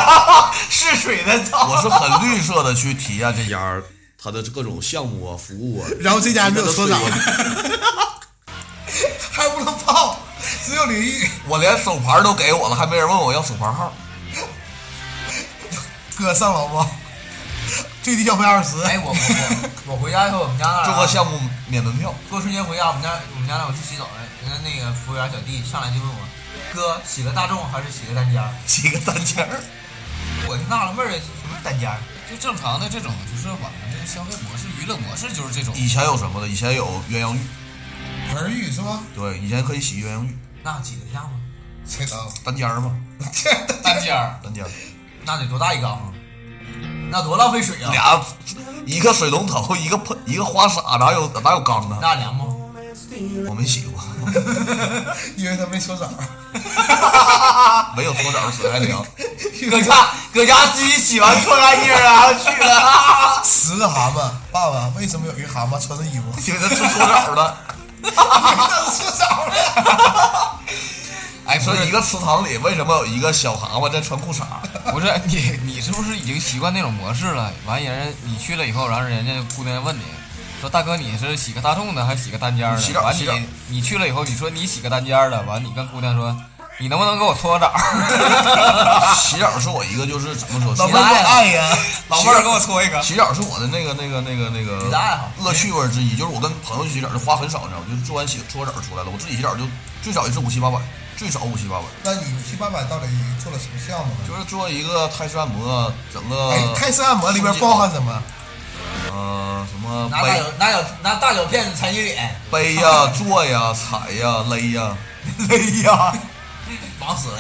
[SPEAKER 3] 是水的操。
[SPEAKER 2] 我是很绿色的去体验这 家它的各种项目啊、服务啊。
[SPEAKER 4] 然后这家没有搓澡
[SPEAKER 2] 一个都是
[SPEAKER 4] 还不能泡，只有淋浴。
[SPEAKER 2] 我连手牌都给我了，还没人问我要手牌号。
[SPEAKER 4] 哥上楼不？最低消费二十。
[SPEAKER 3] 哎，我我我我回家以后，我们家那儿啊
[SPEAKER 2] 这个项目免门票，
[SPEAKER 3] 过春节回家，我们家我们家那我去洗澡了，人家那个服务员小弟上来就问我，哥洗个大众还是洗个单间儿？
[SPEAKER 2] 洗个单间儿。
[SPEAKER 3] 我就纳了闷儿，啊什么是单间儿？
[SPEAKER 1] 就正常的这种，就是我们这个消费模式、娱乐模式就是这种。
[SPEAKER 2] 以前有什么呢？以前有鸳鸯浴，
[SPEAKER 4] 文浴是吗？
[SPEAKER 2] 对，以前可以洗鸳鸯浴，
[SPEAKER 3] 那挤得下吗？
[SPEAKER 4] 谁能？
[SPEAKER 2] 单间儿嘛，
[SPEAKER 1] 单间儿，
[SPEAKER 2] 单间儿，
[SPEAKER 3] 那得多大一缸啊？那多浪费水啊！
[SPEAKER 2] 俩一个水龙头，一个喷，一个花洒，哪有哪有缸啊？
[SPEAKER 3] 那凉吗？
[SPEAKER 2] 我没洗过，
[SPEAKER 4] 因为他没搓澡。
[SPEAKER 2] 没有搓澡的水还 凉。
[SPEAKER 3] 搁家搁家自己洗完搓干净然
[SPEAKER 2] 啊
[SPEAKER 3] 后去了。
[SPEAKER 4] 十个蛤蟆，爸爸为什么有一蛤蟆穿着衣服？
[SPEAKER 2] 因为他搓搓澡 了，
[SPEAKER 4] 那是搓澡了。
[SPEAKER 1] 哎，不
[SPEAKER 2] 说一
[SPEAKER 1] 是
[SPEAKER 2] 个池塘里为什么有一个小蛤蟆在穿裤衩？
[SPEAKER 1] 不是你，你是不是已经习惯那种模式了？完人你去了以后，然后人家姑娘问你说：“大哥，你是洗个大众的还是洗个单间儿的？”
[SPEAKER 2] 洗澡
[SPEAKER 1] 完
[SPEAKER 2] 洗澡
[SPEAKER 1] 你你去了以后，你说你洗个单间儿的，完你跟姑娘说：“你能不能给我搓个澡儿？
[SPEAKER 2] 洗澡是我一个就是怎么说？
[SPEAKER 3] 老
[SPEAKER 2] 洗
[SPEAKER 3] 妹
[SPEAKER 2] 澡
[SPEAKER 3] 儿我爱
[SPEAKER 1] 呀，老妹儿给我搓一个。”
[SPEAKER 2] 洗澡是我的那个那个那个那
[SPEAKER 3] 你的爱好
[SPEAKER 2] 个乐趣味之一，就是我跟朋友洗澡就花很少，你知道吗？就是做完洗搓澡出来了，我自己洗澡就最少也是五七八百，最少五七八百，
[SPEAKER 4] 那你去八百到底做了什么项目呢？
[SPEAKER 2] 就是做一个泰式按摩，整个
[SPEAKER 4] 哎，泰式按摩里边包含什么？
[SPEAKER 2] 呃什么
[SPEAKER 3] 拿大
[SPEAKER 2] 背
[SPEAKER 3] 脚拿脚拿大脚片子踩你脸，
[SPEAKER 2] 背呀、坐 呀、踩呀、勒呀，
[SPEAKER 3] 累呀，往死勒。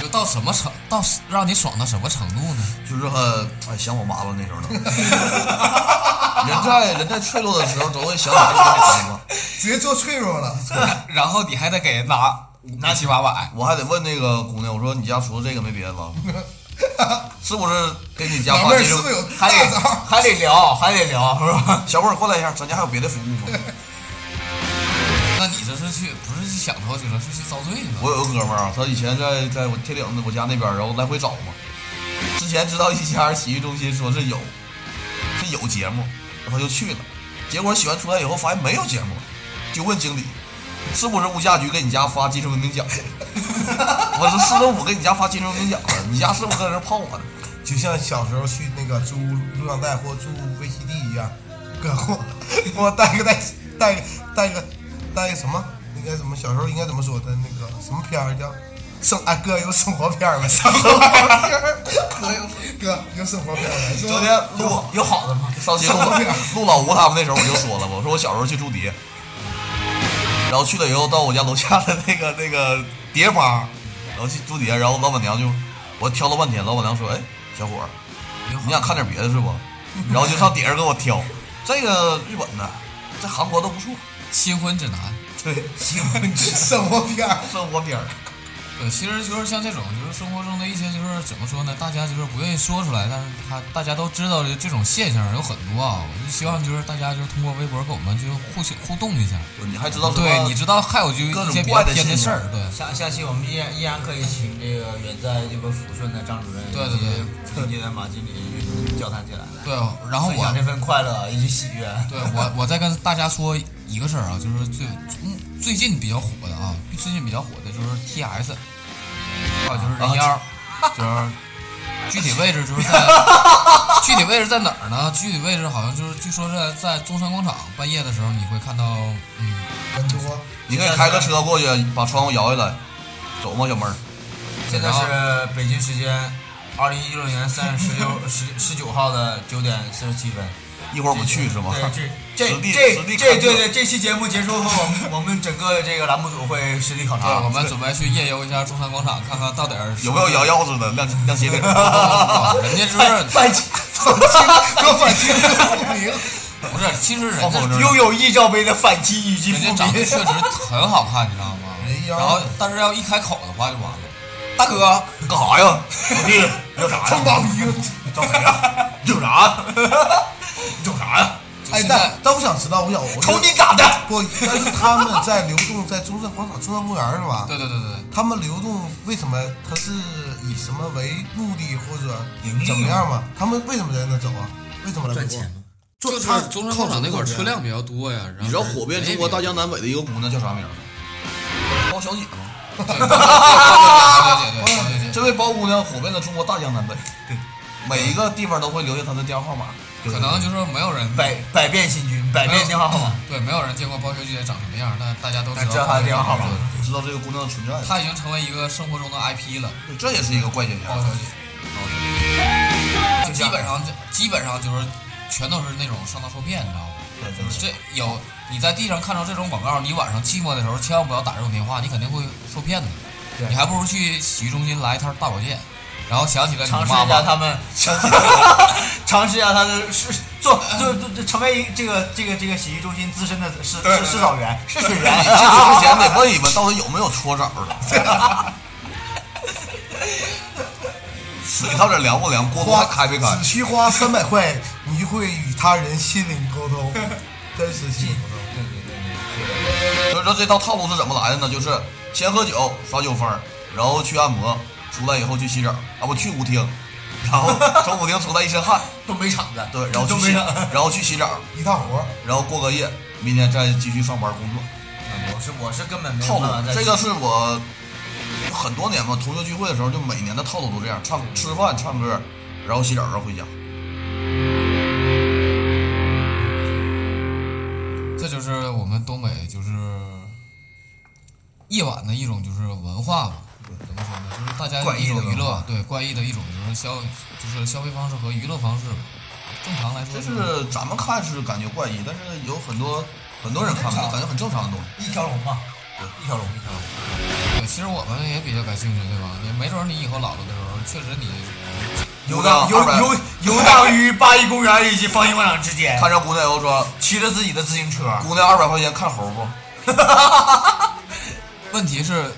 [SPEAKER 1] 就到什么程到让你爽到什么程度呢？
[SPEAKER 2] 就是很哎想我妈了那时候都。 人在人在脆弱的时候都会想想这些东西嘛。
[SPEAKER 4] 直接做脆弱了。
[SPEAKER 1] 然后你还得给人拿拿七八百，
[SPEAKER 2] 我还得问那个姑娘，我说你家除了这个没别的了， 是不是给你家
[SPEAKER 4] 老
[SPEAKER 2] 发
[SPEAKER 4] 妹儿
[SPEAKER 2] 这
[SPEAKER 4] 是
[SPEAKER 2] 种
[SPEAKER 4] 不是有
[SPEAKER 3] 还
[SPEAKER 4] 大
[SPEAKER 3] 得
[SPEAKER 4] 招？
[SPEAKER 3] 还得聊，还得聊，是吧？
[SPEAKER 2] 小妹儿过来一下，咱家还有别的服务吗？
[SPEAKER 1] 那你这是去不是去享受去了，是去遭罪呢？
[SPEAKER 2] 我有个哥们儿啊，他以前在在我天岭的我家那边儿，然后来回找嘛。之前知道一家洗浴中心说是有，是有节目，然后就去了。结果洗完出来以后发现没有节目，就问经理，是不是物价局给你家发精神文明奖？ 我说市政府给你家发精神文明奖了，你家是不是搁这泡啊我呢？
[SPEAKER 4] 就像小时候去那个租录像带或租 VCD 一样，给我给我带个带带个带个带个什么？应该怎么？小时候应该怎么说的？那个什么片儿叫？生哎哥有生活片儿没？生活片儿，哥有哥有生活片儿没？
[SPEAKER 2] 昨天录
[SPEAKER 3] 有好的吗？
[SPEAKER 2] 上 期录录老吴他们那时候我就说了，我说我小时候去住碟，然后去了以后到我家楼下的那个 那个碟吧，然后去住碟，然后老板娘就我挑了半天，老板娘说：“哎，小伙儿，你想看点别的是不？”然后就上碟上给我挑，这个日本的，这韩国的不错，
[SPEAKER 1] 新婚指南。
[SPEAKER 2] 对，
[SPEAKER 4] 新闻生活片儿，
[SPEAKER 2] 生活片儿。
[SPEAKER 1] 对，呃其实就是像这种，就是生活中的一些，就是怎么说呢？大家就是不愿意说出来，但是他大家都知道的这种现象有很多啊。我就希望就是大家就是通过微博跟我们就是互相互动一下。
[SPEAKER 2] 你还知道什么？
[SPEAKER 1] 对，你知道还有就
[SPEAKER 2] 各
[SPEAKER 1] 一
[SPEAKER 2] 种
[SPEAKER 1] 些比
[SPEAKER 2] 怪
[SPEAKER 1] 较
[SPEAKER 2] 的
[SPEAKER 1] 偏的
[SPEAKER 2] 现
[SPEAKER 1] 事
[SPEAKER 2] 象
[SPEAKER 1] 儿，对。
[SPEAKER 3] 下下期我们依然依然可以请这个远在这个抚顺的张主任，
[SPEAKER 1] 对对对，
[SPEAKER 3] 总监马 经理交谈起来，
[SPEAKER 1] 对，然后
[SPEAKER 3] 分享这
[SPEAKER 1] 我
[SPEAKER 3] 份快乐以及喜悦。
[SPEAKER 1] 对我我再跟大家说一个事儿啊，就是最嗯最近比较火的啊，最近比较火的就是 T S，还有就是人妖，就是具体位置就是在具体位置在哪儿呢？具体位置好像就是据说是在中山广场，半夜的时候你会看到，嗯，
[SPEAKER 4] 很多。
[SPEAKER 2] 你可以开个车过去，把窗户摇下来，走吧，小妹儿。
[SPEAKER 3] 现在是北京时间二零一六年三月十六十十九号的九点四十七分。
[SPEAKER 2] 一会儿我们去是吗？
[SPEAKER 3] 对，这
[SPEAKER 2] 实地
[SPEAKER 3] 这
[SPEAKER 2] 实
[SPEAKER 3] 这
[SPEAKER 2] 地
[SPEAKER 3] 这
[SPEAKER 2] 勘测
[SPEAKER 3] 对对，这期节目结束后，我们我们整个这个栏目组会实地考
[SPEAKER 1] 对，啊我
[SPEAKER 3] 察。
[SPEAKER 1] 们准备去夜游一下中山广场，看看到底儿
[SPEAKER 2] 有没有摇钥匙的亮亮鞋底儿？
[SPEAKER 1] 有？人家
[SPEAKER 2] 哎
[SPEAKER 1] 就是
[SPEAKER 3] 反清
[SPEAKER 4] 哥反清复明，
[SPEAKER 1] 不是？其实人
[SPEAKER 2] 放
[SPEAKER 1] 家
[SPEAKER 2] 风筝。
[SPEAKER 3] 拥有一罩杯的反击以及
[SPEAKER 1] 人家长
[SPEAKER 3] 复
[SPEAKER 1] 得
[SPEAKER 3] 明。
[SPEAKER 1] 确实很好看，你知道吗？
[SPEAKER 4] 人妖
[SPEAKER 1] 然后，但是要一开口的话就完了。大哥，
[SPEAKER 2] 干啥呀？老弟，要啥呀？
[SPEAKER 4] 冲帮兵。
[SPEAKER 2] 找谁呀？你有啥？你有啥呀？
[SPEAKER 1] 就
[SPEAKER 4] 哎
[SPEAKER 1] 现，在
[SPEAKER 4] 但但我想知道，我想我
[SPEAKER 2] 瞅你咋的？
[SPEAKER 4] 不，但是他们在流动在中山广场、中山公园是吧？
[SPEAKER 1] 对对对对对，
[SPEAKER 4] 他们流动为什么？他是以什么为目的或者
[SPEAKER 3] 盈利
[SPEAKER 4] 怎么样嘛？他们为什么在那走啊？为什么来
[SPEAKER 3] 赚钱吗
[SPEAKER 4] 做
[SPEAKER 1] 就是
[SPEAKER 4] 他
[SPEAKER 1] 中山广场那块儿
[SPEAKER 4] 靠什么
[SPEAKER 1] 车辆比较多呀。然后
[SPEAKER 2] 你知道火遍中国大江南北的一个姑娘叫啥名儿吗？包小姐吗？
[SPEAKER 1] 对对对对对对
[SPEAKER 2] 哎
[SPEAKER 1] 对对对对
[SPEAKER 2] 这位包姑娘火遍了中国大江南北，每一个地方都会留下她的电话号码。
[SPEAKER 1] 对，可能就是没有人
[SPEAKER 3] 百百变星君，百变电话号码，
[SPEAKER 1] 对，没有人见过包小姐长什么样，但大家都
[SPEAKER 3] 但知道她的电话号码
[SPEAKER 1] 对
[SPEAKER 2] 就知道这个姑娘的存在了，
[SPEAKER 1] 她已经成为一个生活中的 IP 了。
[SPEAKER 2] 对这也是一个怪现
[SPEAKER 1] 包
[SPEAKER 2] 象
[SPEAKER 1] 小。姐，就基本上基本上就是全都是那种上当受骗，你知道吗？
[SPEAKER 2] 对真是
[SPEAKER 1] 这有你在地上看到这种广告，你晚上寂寞的时候千万不要打这种电话，你肯定会受骗的。
[SPEAKER 3] 对
[SPEAKER 1] 你还不如去洗浴中心来一趟大保健，然后想起了你
[SPEAKER 3] 尝试
[SPEAKER 1] 妈
[SPEAKER 3] 一下
[SPEAKER 1] 妈。
[SPEAKER 3] 他们， 尝试一下他的是做做做成为一这个这个这个洗浴中心资深的试
[SPEAKER 2] 对对
[SPEAKER 3] 试
[SPEAKER 2] 对
[SPEAKER 3] 试澡员试水员
[SPEAKER 2] 你。进去之前得问一问，到底有没有搓澡的。水到底凉不凉？锅
[SPEAKER 4] 花
[SPEAKER 2] 还开没 开
[SPEAKER 4] 只？需花三百块，你就会与他人心灵沟通，真实心灵沟通。
[SPEAKER 3] 对对对对
[SPEAKER 2] 所以说这套套路是怎么来的呢？就是先喝酒耍酒疯儿，然后去按摩，出来以后去洗澡，啊不去舞厅，然后从舞厅出来一身汗，
[SPEAKER 3] 东北厂子，
[SPEAKER 2] 对，然后
[SPEAKER 3] 东
[SPEAKER 2] 去
[SPEAKER 3] 北
[SPEAKER 2] 洗，
[SPEAKER 3] 厂。
[SPEAKER 2] 然后去洗澡，
[SPEAKER 4] 一趟活儿，
[SPEAKER 2] 然后过个夜，明天再继续上班工作。
[SPEAKER 3] 我是我是根本没有
[SPEAKER 2] 套
[SPEAKER 3] 办法
[SPEAKER 2] 路
[SPEAKER 3] 再
[SPEAKER 2] 这个是我很多年嘛，同学聚会的时候就每年的套路都这样，唱吃饭唱歌，然后洗澡然后回家。
[SPEAKER 1] 这就是我们东北就是夜晚的一种就是文化吧，怎么说呢？就是大家
[SPEAKER 2] 怪异
[SPEAKER 1] 一
[SPEAKER 2] 的
[SPEAKER 1] 种娱
[SPEAKER 2] 文
[SPEAKER 1] 乐
[SPEAKER 2] 化，
[SPEAKER 1] 对怪异的一种就是消就是消费方式和娱乐方式吧。正常来说就
[SPEAKER 2] 就
[SPEAKER 1] 是
[SPEAKER 2] 是咱们看是感觉怪异，但是有很多很多人看不到，感觉很正常的东西。
[SPEAKER 3] 一条龙嘛，一条龙一条龙。
[SPEAKER 1] 对其实我们也比较感兴趣，对吧？也没准你以后老了的时候，确实你
[SPEAKER 2] 游荡
[SPEAKER 3] 荡游
[SPEAKER 2] 二百，
[SPEAKER 3] 游游荡于八一公园以及方兴广场之间，
[SPEAKER 2] 看着姑娘以后说，
[SPEAKER 3] 骑着自己的自行车，
[SPEAKER 2] 姑娘二百块钱看猴 不？
[SPEAKER 1] 问题是，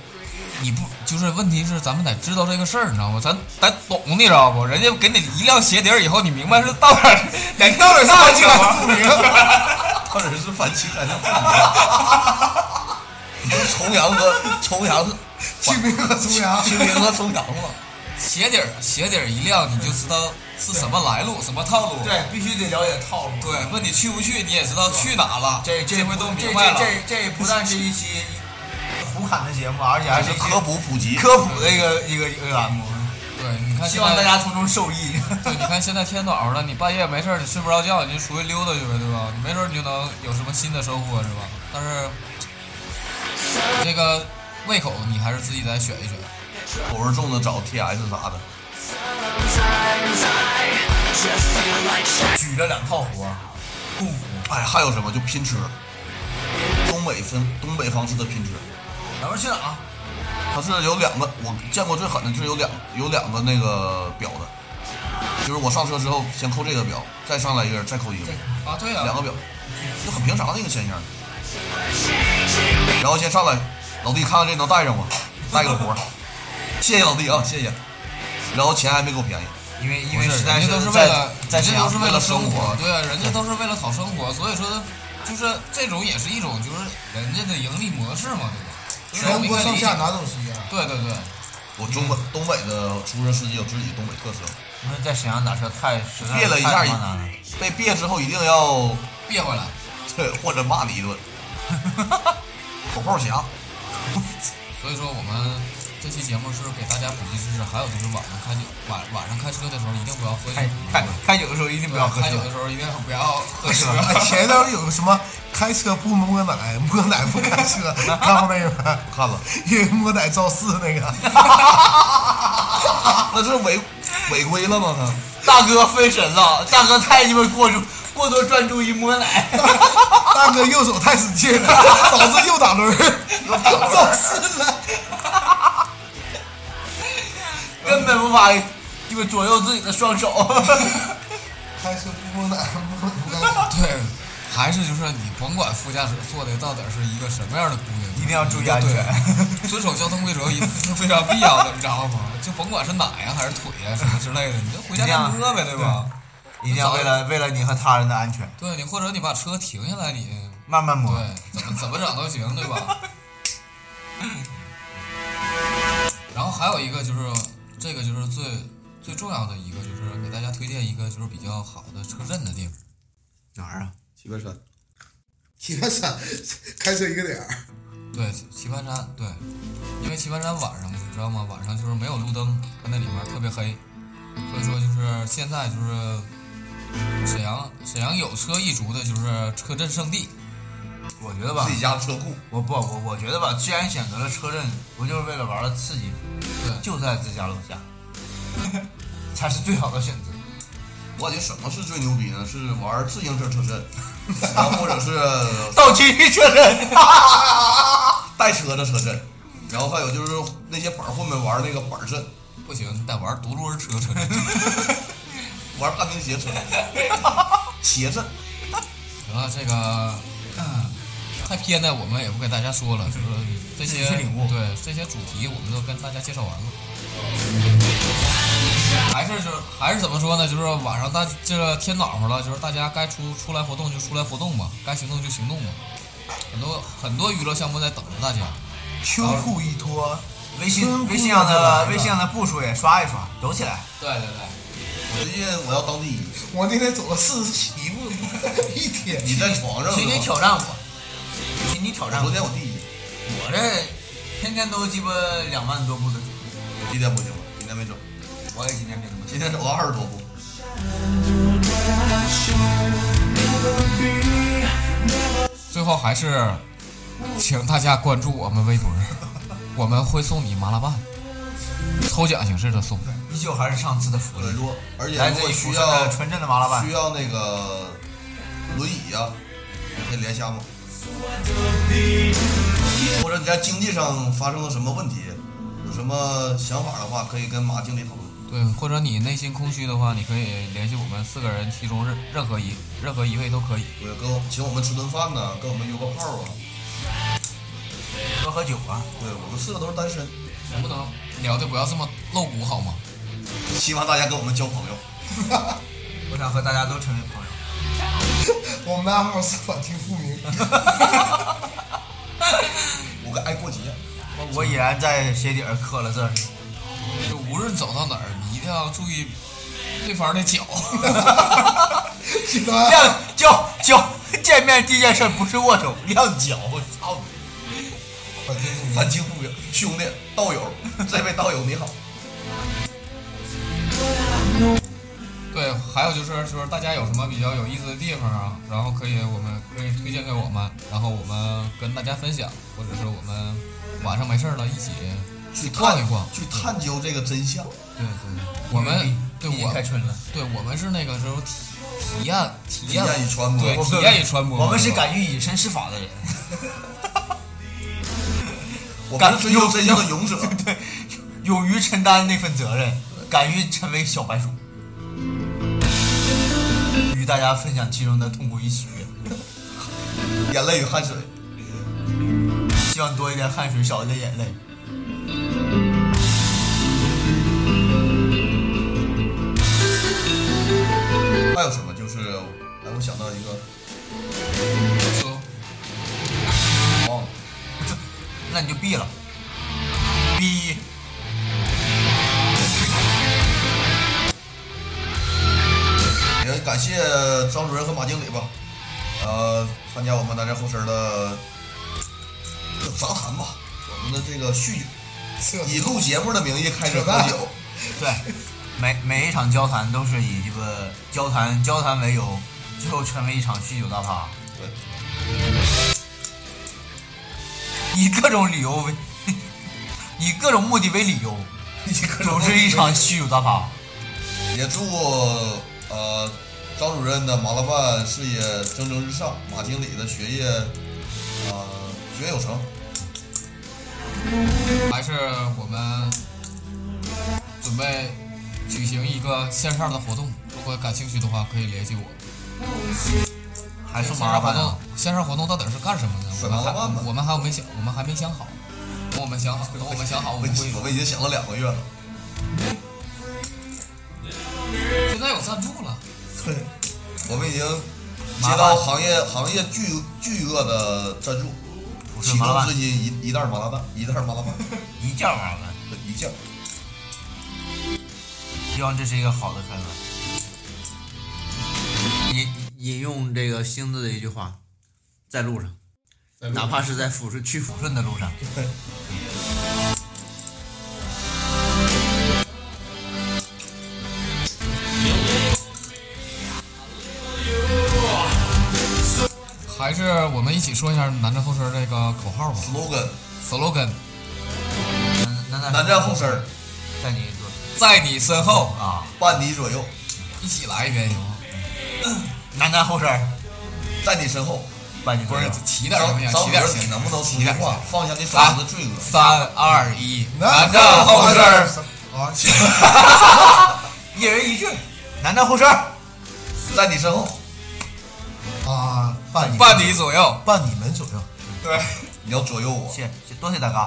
[SPEAKER 1] 你不就是问题是咱们得知道这个事儿，你知道吗？咱得懂，你知道不？人家给你一辆鞋底儿以后，你明白是到哪儿，人到哪儿是环境不
[SPEAKER 2] 或者是反清还是反明？你说重阳和重阳是
[SPEAKER 4] 清明和重阳，
[SPEAKER 2] 清明和重阳吗？
[SPEAKER 1] 鞋底儿鞋底儿一亮，你就知道是什么来路，什么套路。
[SPEAKER 3] 对，必须得了解套路。
[SPEAKER 1] 对，问你去不去，你也知道去哪了。
[SPEAKER 3] 这
[SPEAKER 1] 这回都
[SPEAKER 3] 这
[SPEAKER 1] 明白
[SPEAKER 3] 这
[SPEAKER 1] 了。
[SPEAKER 3] 这这不但是一期胡侃的节目，而且还
[SPEAKER 2] 还
[SPEAKER 3] 是
[SPEAKER 2] 是
[SPEAKER 3] 一期
[SPEAKER 2] 科普普及，
[SPEAKER 3] 科普的一个一个一个栏目，
[SPEAKER 1] 对，你看
[SPEAKER 3] 希
[SPEAKER 1] 现
[SPEAKER 3] 望
[SPEAKER 1] 在
[SPEAKER 3] 大家从中受益。
[SPEAKER 1] 对，你看现在天暖和了，你半夜没事儿，你睡不着觉，你就出去溜达去呗，对吧？你没准儿你就能有什么新的收获，是吧？但是这个胃口你还是自己再选一选。
[SPEAKER 2] 口味重的找 TS 啥的。
[SPEAKER 3] 举了两套活，
[SPEAKER 2] 不，哎，还有什么就拼车，东北分东北方式的拼车，
[SPEAKER 3] 咱们去哪
[SPEAKER 1] 啊
[SPEAKER 3] 儿？
[SPEAKER 2] 它是有两个，我见过最狠的就是有两有两个那个表的，就是我上车之后先扣这个表，再上来一个人再扣一个表，
[SPEAKER 1] 啊，对
[SPEAKER 2] 两个表，就很平常的一个现象。然后先上来，老弟看看这能带上吗？带个活儿，谢谢老弟啊，谢谢。然后钱还没给我便宜，
[SPEAKER 3] 因为 因
[SPEAKER 1] 不
[SPEAKER 3] 为
[SPEAKER 1] 是，
[SPEAKER 3] 实在
[SPEAKER 1] 人家都是
[SPEAKER 3] 是
[SPEAKER 1] 为了，
[SPEAKER 3] 在在
[SPEAKER 1] 人
[SPEAKER 3] 沈
[SPEAKER 1] 家
[SPEAKER 3] 阳
[SPEAKER 1] 都是为
[SPEAKER 2] 为了
[SPEAKER 1] 了生
[SPEAKER 2] 生活
[SPEAKER 1] 对啊，人家都是为了讨生活，所以说就是这种也是一种就是人家的盈利模式嘛，对吧？
[SPEAKER 4] 全国上下
[SPEAKER 1] 拿。
[SPEAKER 4] 哪都是 一样。
[SPEAKER 1] 对对对，
[SPEAKER 2] 我中国东北的出租车司机有自己东北特色，
[SPEAKER 3] 因为在沈阳打车太实在
[SPEAKER 2] 别了一下
[SPEAKER 3] 太他妈难了。
[SPEAKER 2] 被别之后一定要
[SPEAKER 1] 别回来。
[SPEAKER 2] 对，或者骂你一顿。 口炮侠，
[SPEAKER 1] 所以说我们这期节目是给大家普及知识，还有就是晚上开酒晚晚上开车的时候一定不要喝酒，
[SPEAKER 3] 开开开酒的时候一定不要喝
[SPEAKER 1] 开
[SPEAKER 3] 酒
[SPEAKER 1] 酒，的时候一定不要喝酒。
[SPEAKER 4] 哎前头有个什么开车不摸奶，摸奶不开车，看过那个吗？
[SPEAKER 2] 看了，
[SPEAKER 4] 因为摸奶肇事那个，
[SPEAKER 2] 那这是违违规了吗？他
[SPEAKER 3] 大哥分神了，大哥太鸡巴过注过多专注于摸奶，
[SPEAKER 4] 大哥右手太使劲了，导致右打轮儿，肇事了。
[SPEAKER 3] 根本无法鸡巴左右自己的双手。
[SPEAKER 4] 开车不摸奶，摸奶不开车。
[SPEAKER 1] 对，还是就是你甭管副驾驶坐的到底是一个什么样的姑娘，
[SPEAKER 3] 一定要注意安全
[SPEAKER 1] 对遵守交通规则一定是非常必要的，你知道吗？ 就甭管是奶呀、还是腿呀、什么之类的，你就回家再摸呗，对吧？
[SPEAKER 3] 一定要为了为了你和他人的安全，
[SPEAKER 1] 对你或者你把车停下来，你
[SPEAKER 3] 慢慢摸。
[SPEAKER 1] 对怎么怎么整都行，对吧？ 然后还有一个就是这个就是最最重要的一个就是给大家推荐一个就是比较好的车震的地方。
[SPEAKER 3] 哪儿啊？
[SPEAKER 2] 七块三，
[SPEAKER 4] 你看啥？开车一个点儿，
[SPEAKER 1] 对，棋盘山，对，因为棋盘山晚上你知道吗？晚上就是没有路灯，它那里面特别黑，所以说就是现在就是沈阳沈阳有车一族的就是车震圣地，
[SPEAKER 3] 我觉得吧
[SPEAKER 2] 自，己家车库，
[SPEAKER 3] 我不我我觉得吧，既然选择了车震，不就是为了玩儿刺激吗？
[SPEAKER 1] 对，
[SPEAKER 3] 就在自家楼下， 才是最好的选择。
[SPEAKER 2] 我感觉什么是最牛逼呢？是玩自行车车震，然后或者 是
[SPEAKER 3] 到区车震，
[SPEAKER 2] 带车的车震，然后还有就是那些板混们玩那个板震，
[SPEAKER 1] 不行，你得玩独轮车车震。
[SPEAKER 2] 玩旱冰鞋车震，鞋震。
[SPEAKER 1] 行了，这个、 嗯太偏的我们也不给大家说了，就是这些
[SPEAKER 3] 自己去领悟
[SPEAKER 1] 对这些主题我们都跟大家介绍完了。还是就是还是怎么说呢？就是晚上大这个天暖和了，就是大家该出出来活动就出来活动吧，该行动就行动吧。很多很多娱乐项目在等着大家。
[SPEAKER 4] 秋裤一脱，
[SPEAKER 3] 微信
[SPEAKER 4] 村姑
[SPEAKER 3] 微信上
[SPEAKER 4] 娘就来
[SPEAKER 3] 的
[SPEAKER 4] 了
[SPEAKER 3] 微信上的步数也刷一刷，走起来。
[SPEAKER 1] 对对对，
[SPEAKER 2] 最近我要当第一，
[SPEAKER 4] 我那天走了四十七步，一天。
[SPEAKER 2] 你在床上是
[SPEAKER 3] 请
[SPEAKER 2] 吧？
[SPEAKER 3] 你挑战我，请你挑战
[SPEAKER 2] 昨
[SPEAKER 3] 我。
[SPEAKER 2] 天我第一，
[SPEAKER 3] 我这天天都鸡巴两万多步的，
[SPEAKER 2] 今天不行了，今天没整，
[SPEAKER 3] 我也今天没怎么
[SPEAKER 2] 今天走了二十多步。
[SPEAKER 1] 最后还是请大家关注我们微博， 我们会送你麻辣拌，抽奖形式的送。
[SPEAKER 3] 依旧还是上次的福
[SPEAKER 2] 呃，
[SPEAKER 3] 利。
[SPEAKER 2] 如果而且
[SPEAKER 3] 来
[SPEAKER 2] 如
[SPEAKER 3] 自
[SPEAKER 2] 果
[SPEAKER 3] 于
[SPEAKER 2] 需
[SPEAKER 3] 福山
[SPEAKER 2] 要
[SPEAKER 3] 的纯正的麻辣拌
[SPEAKER 2] 需，要那个轮椅呀、可以联系阿吗？或者你在经济上发生了什么问题，有什么想法的话，可以跟马经理讨论。
[SPEAKER 1] 对，或者你内心空虚的话，你可以联系我们四个人，其中任任何一任何一位都可以。
[SPEAKER 2] 对，跟我请我们吃顿饭呢，跟我们约个炮啊。
[SPEAKER 3] 喝喝酒啊。
[SPEAKER 2] 对我们四个都是单身，
[SPEAKER 1] 能不能聊的不要这么露骨好吗？
[SPEAKER 2] 希望大家跟我们交朋友。
[SPEAKER 3] 我想和大家都成为朋友。
[SPEAKER 4] 我们的暗号是反清复明。
[SPEAKER 2] 我跟爱过节，
[SPEAKER 3] 我我已然在鞋底儿刻了字儿，
[SPEAKER 1] 就无论走到哪儿，你一定要注意对方的脚。
[SPEAKER 3] 亮脚脚，见面第一件事不是握手，亮脚，我操你！
[SPEAKER 2] 反清复明，兄弟道友，这位道友你好，
[SPEAKER 1] 对，还有就是就是大家有什么比较有意思的地方啊，然后可以我们可以推荐给我们，然后我们跟大家分享，或者是我们晚上没事儿了一起
[SPEAKER 2] 去探
[SPEAKER 1] 逛一逛。
[SPEAKER 2] 去探究这个真相。
[SPEAKER 3] 对对，
[SPEAKER 1] 我们对
[SPEAKER 3] 已经
[SPEAKER 1] 我
[SPEAKER 3] 开春了，
[SPEAKER 1] 对我们是那个时候体体验体验
[SPEAKER 2] 体验与传播
[SPEAKER 1] 对
[SPEAKER 2] 我们
[SPEAKER 1] 体验与传播，
[SPEAKER 3] 我们是敢于以身试法的人。
[SPEAKER 2] 我
[SPEAKER 3] 敢
[SPEAKER 2] 们是追求真相的勇者。
[SPEAKER 3] 对，勇于承担那份责任，敢于成为小白鼠，与大家分享其中的痛苦与喜悦。
[SPEAKER 2] 眼泪与汗水，
[SPEAKER 3] 希望多一点汗水，少一点眼泪。
[SPEAKER 2] 还有什么？就是，哎，我想到一个，
[SPEAKER 1] 说
[SPEAKER 2] 忘了，
[SPEAKER 3] 那你就毙了，逼！
[SPEAKER 2] 也感谢张主任和马经理吧，呃，参加我们南站后身的这杂谈吧，我们的这个酗酒，以录节目的名义开始喝酒，
[SPEAKER 3] 对，每每一场交谈都是以这个交谈交谈为由，最后成为一场酗酒大趴，
[SPEAKER 2] 对，
[SPEAKER 3] 以各种理由为， 以各种目的为理由，组织一场酗酒大趴。
[SPEAKER 2] 也祝呃张主任的麻辣拌事业蒸蒸日上，马经理的学业呃学业有成。
[SPEAKER 1] 还是我们准备举行一个线上的活动，如果感兴趣的话可以联系我。
[SPEAKER 3] 还是
[SPEAKER 1] 线
[SPEAKER 3] 麻
[SPEAKER 1] 上活
[SPEAKER 3] 烦啊呢
[SPEAKER 1] 动，，啊线上活动到底是干什么呢？我
[SPEAKER 2] 粉
[SPEAKER 1] 们
[SPEAKER 2] 麻辣嘛
[SPEAKER 1] 还我们还没想，我们还没想好。等我们想好，等我们想好，我
[SPEAKER 2] 我
[SPEAKER 1] 们会。
[SPEAKER 2] 我们已经想了两个月了，
[SPEAKER 1] 现在有赞助了，
[SPEAKER 2] 我们已经接到行业行业巨巨额的赞助，
[SPEAKER 3] 是
[SPEAKER 2] 启
[SPEAKER 3] 麻辣
[SPEAKER 2] 动
[SPEAKER 3] 拌
[SPEAKER 2] 资金一一袋麻辣拌，一袋麻辣拌，
[SPEAKER 3] 一觉麻烦。
[SPEAKER 2] 一酱。
[SPEAKER 3] 希望这是一个好的开端。引引用这个星子的一句话，在路上，哪怕是在抚顺去抚顺的路上，
[SPEAKER 1] 还是我们一起说一下南站后身这个口号吧
[SPEAKER 2] slogan：
[SPEAKER 1] ，slogan
[SPEAKER 3] 南南
[SPEAKER 2] 南站后身儿，
[SPEAKER 3] 带你一座
[SPEAKER 1] 在你身后，
[SPEAKER 3] 啊，
[SPEAKER 2] 伴你左右，
[SPEAKER 1] 一起来一遍行吗？
[SPEAKER 3] 南南后身儿，
[SPEAKER 2] 在你身后。
[SPEAKER 3] 伴你
[SPEAKER 1] 不
[SPEAKER 3] 左
[SPEAKER 1] 是
[SPEAKER 3] 右。
[SPEAKER 1] 齐点
[SPEAKER 2] 张
[SPEAKER 1] 行
[SPEAKER 2] 张
[SPEAKER 1] 不行？
[SPEAKER 2] 主
[SPEAKER 1] 齐点
[SPEAKER 2] 任，你
[SPEAKER 1] 行。
[SPEAKER 2] 能不能说
[SPEAKER 1] 起
[SPEAKER 2] 句
[SPEAKER 1] 点
[SPEAKER 2] 话，放下你手中的罪恶？
[SPEAKER 1] 三二一，南
[SPEAKER 2] 站
[SPEAKER 1] 站
[SPEAKER 2] 后
[SPEAKER 1] 后
[SPEAKER 2] 身
[SPEAKER 1] 身
[SPEAKER 2] 儿
[SPEAKER 4] 啊，
[SPEAKER 3] 一人一句，南南后身儿，
[SPEAKER 2] 在你身后，
[SPEAKER 4] 啊，伴你
[SPEAKER 1] 伴你左右。
[SPEAKER 4] 伴你们左右，
[SPEAKER 2] 你要左右我。
[SPEAKER 3] 啊谢谢，多谢大哥，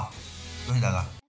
[SPEAKER 3] 多谢大哥。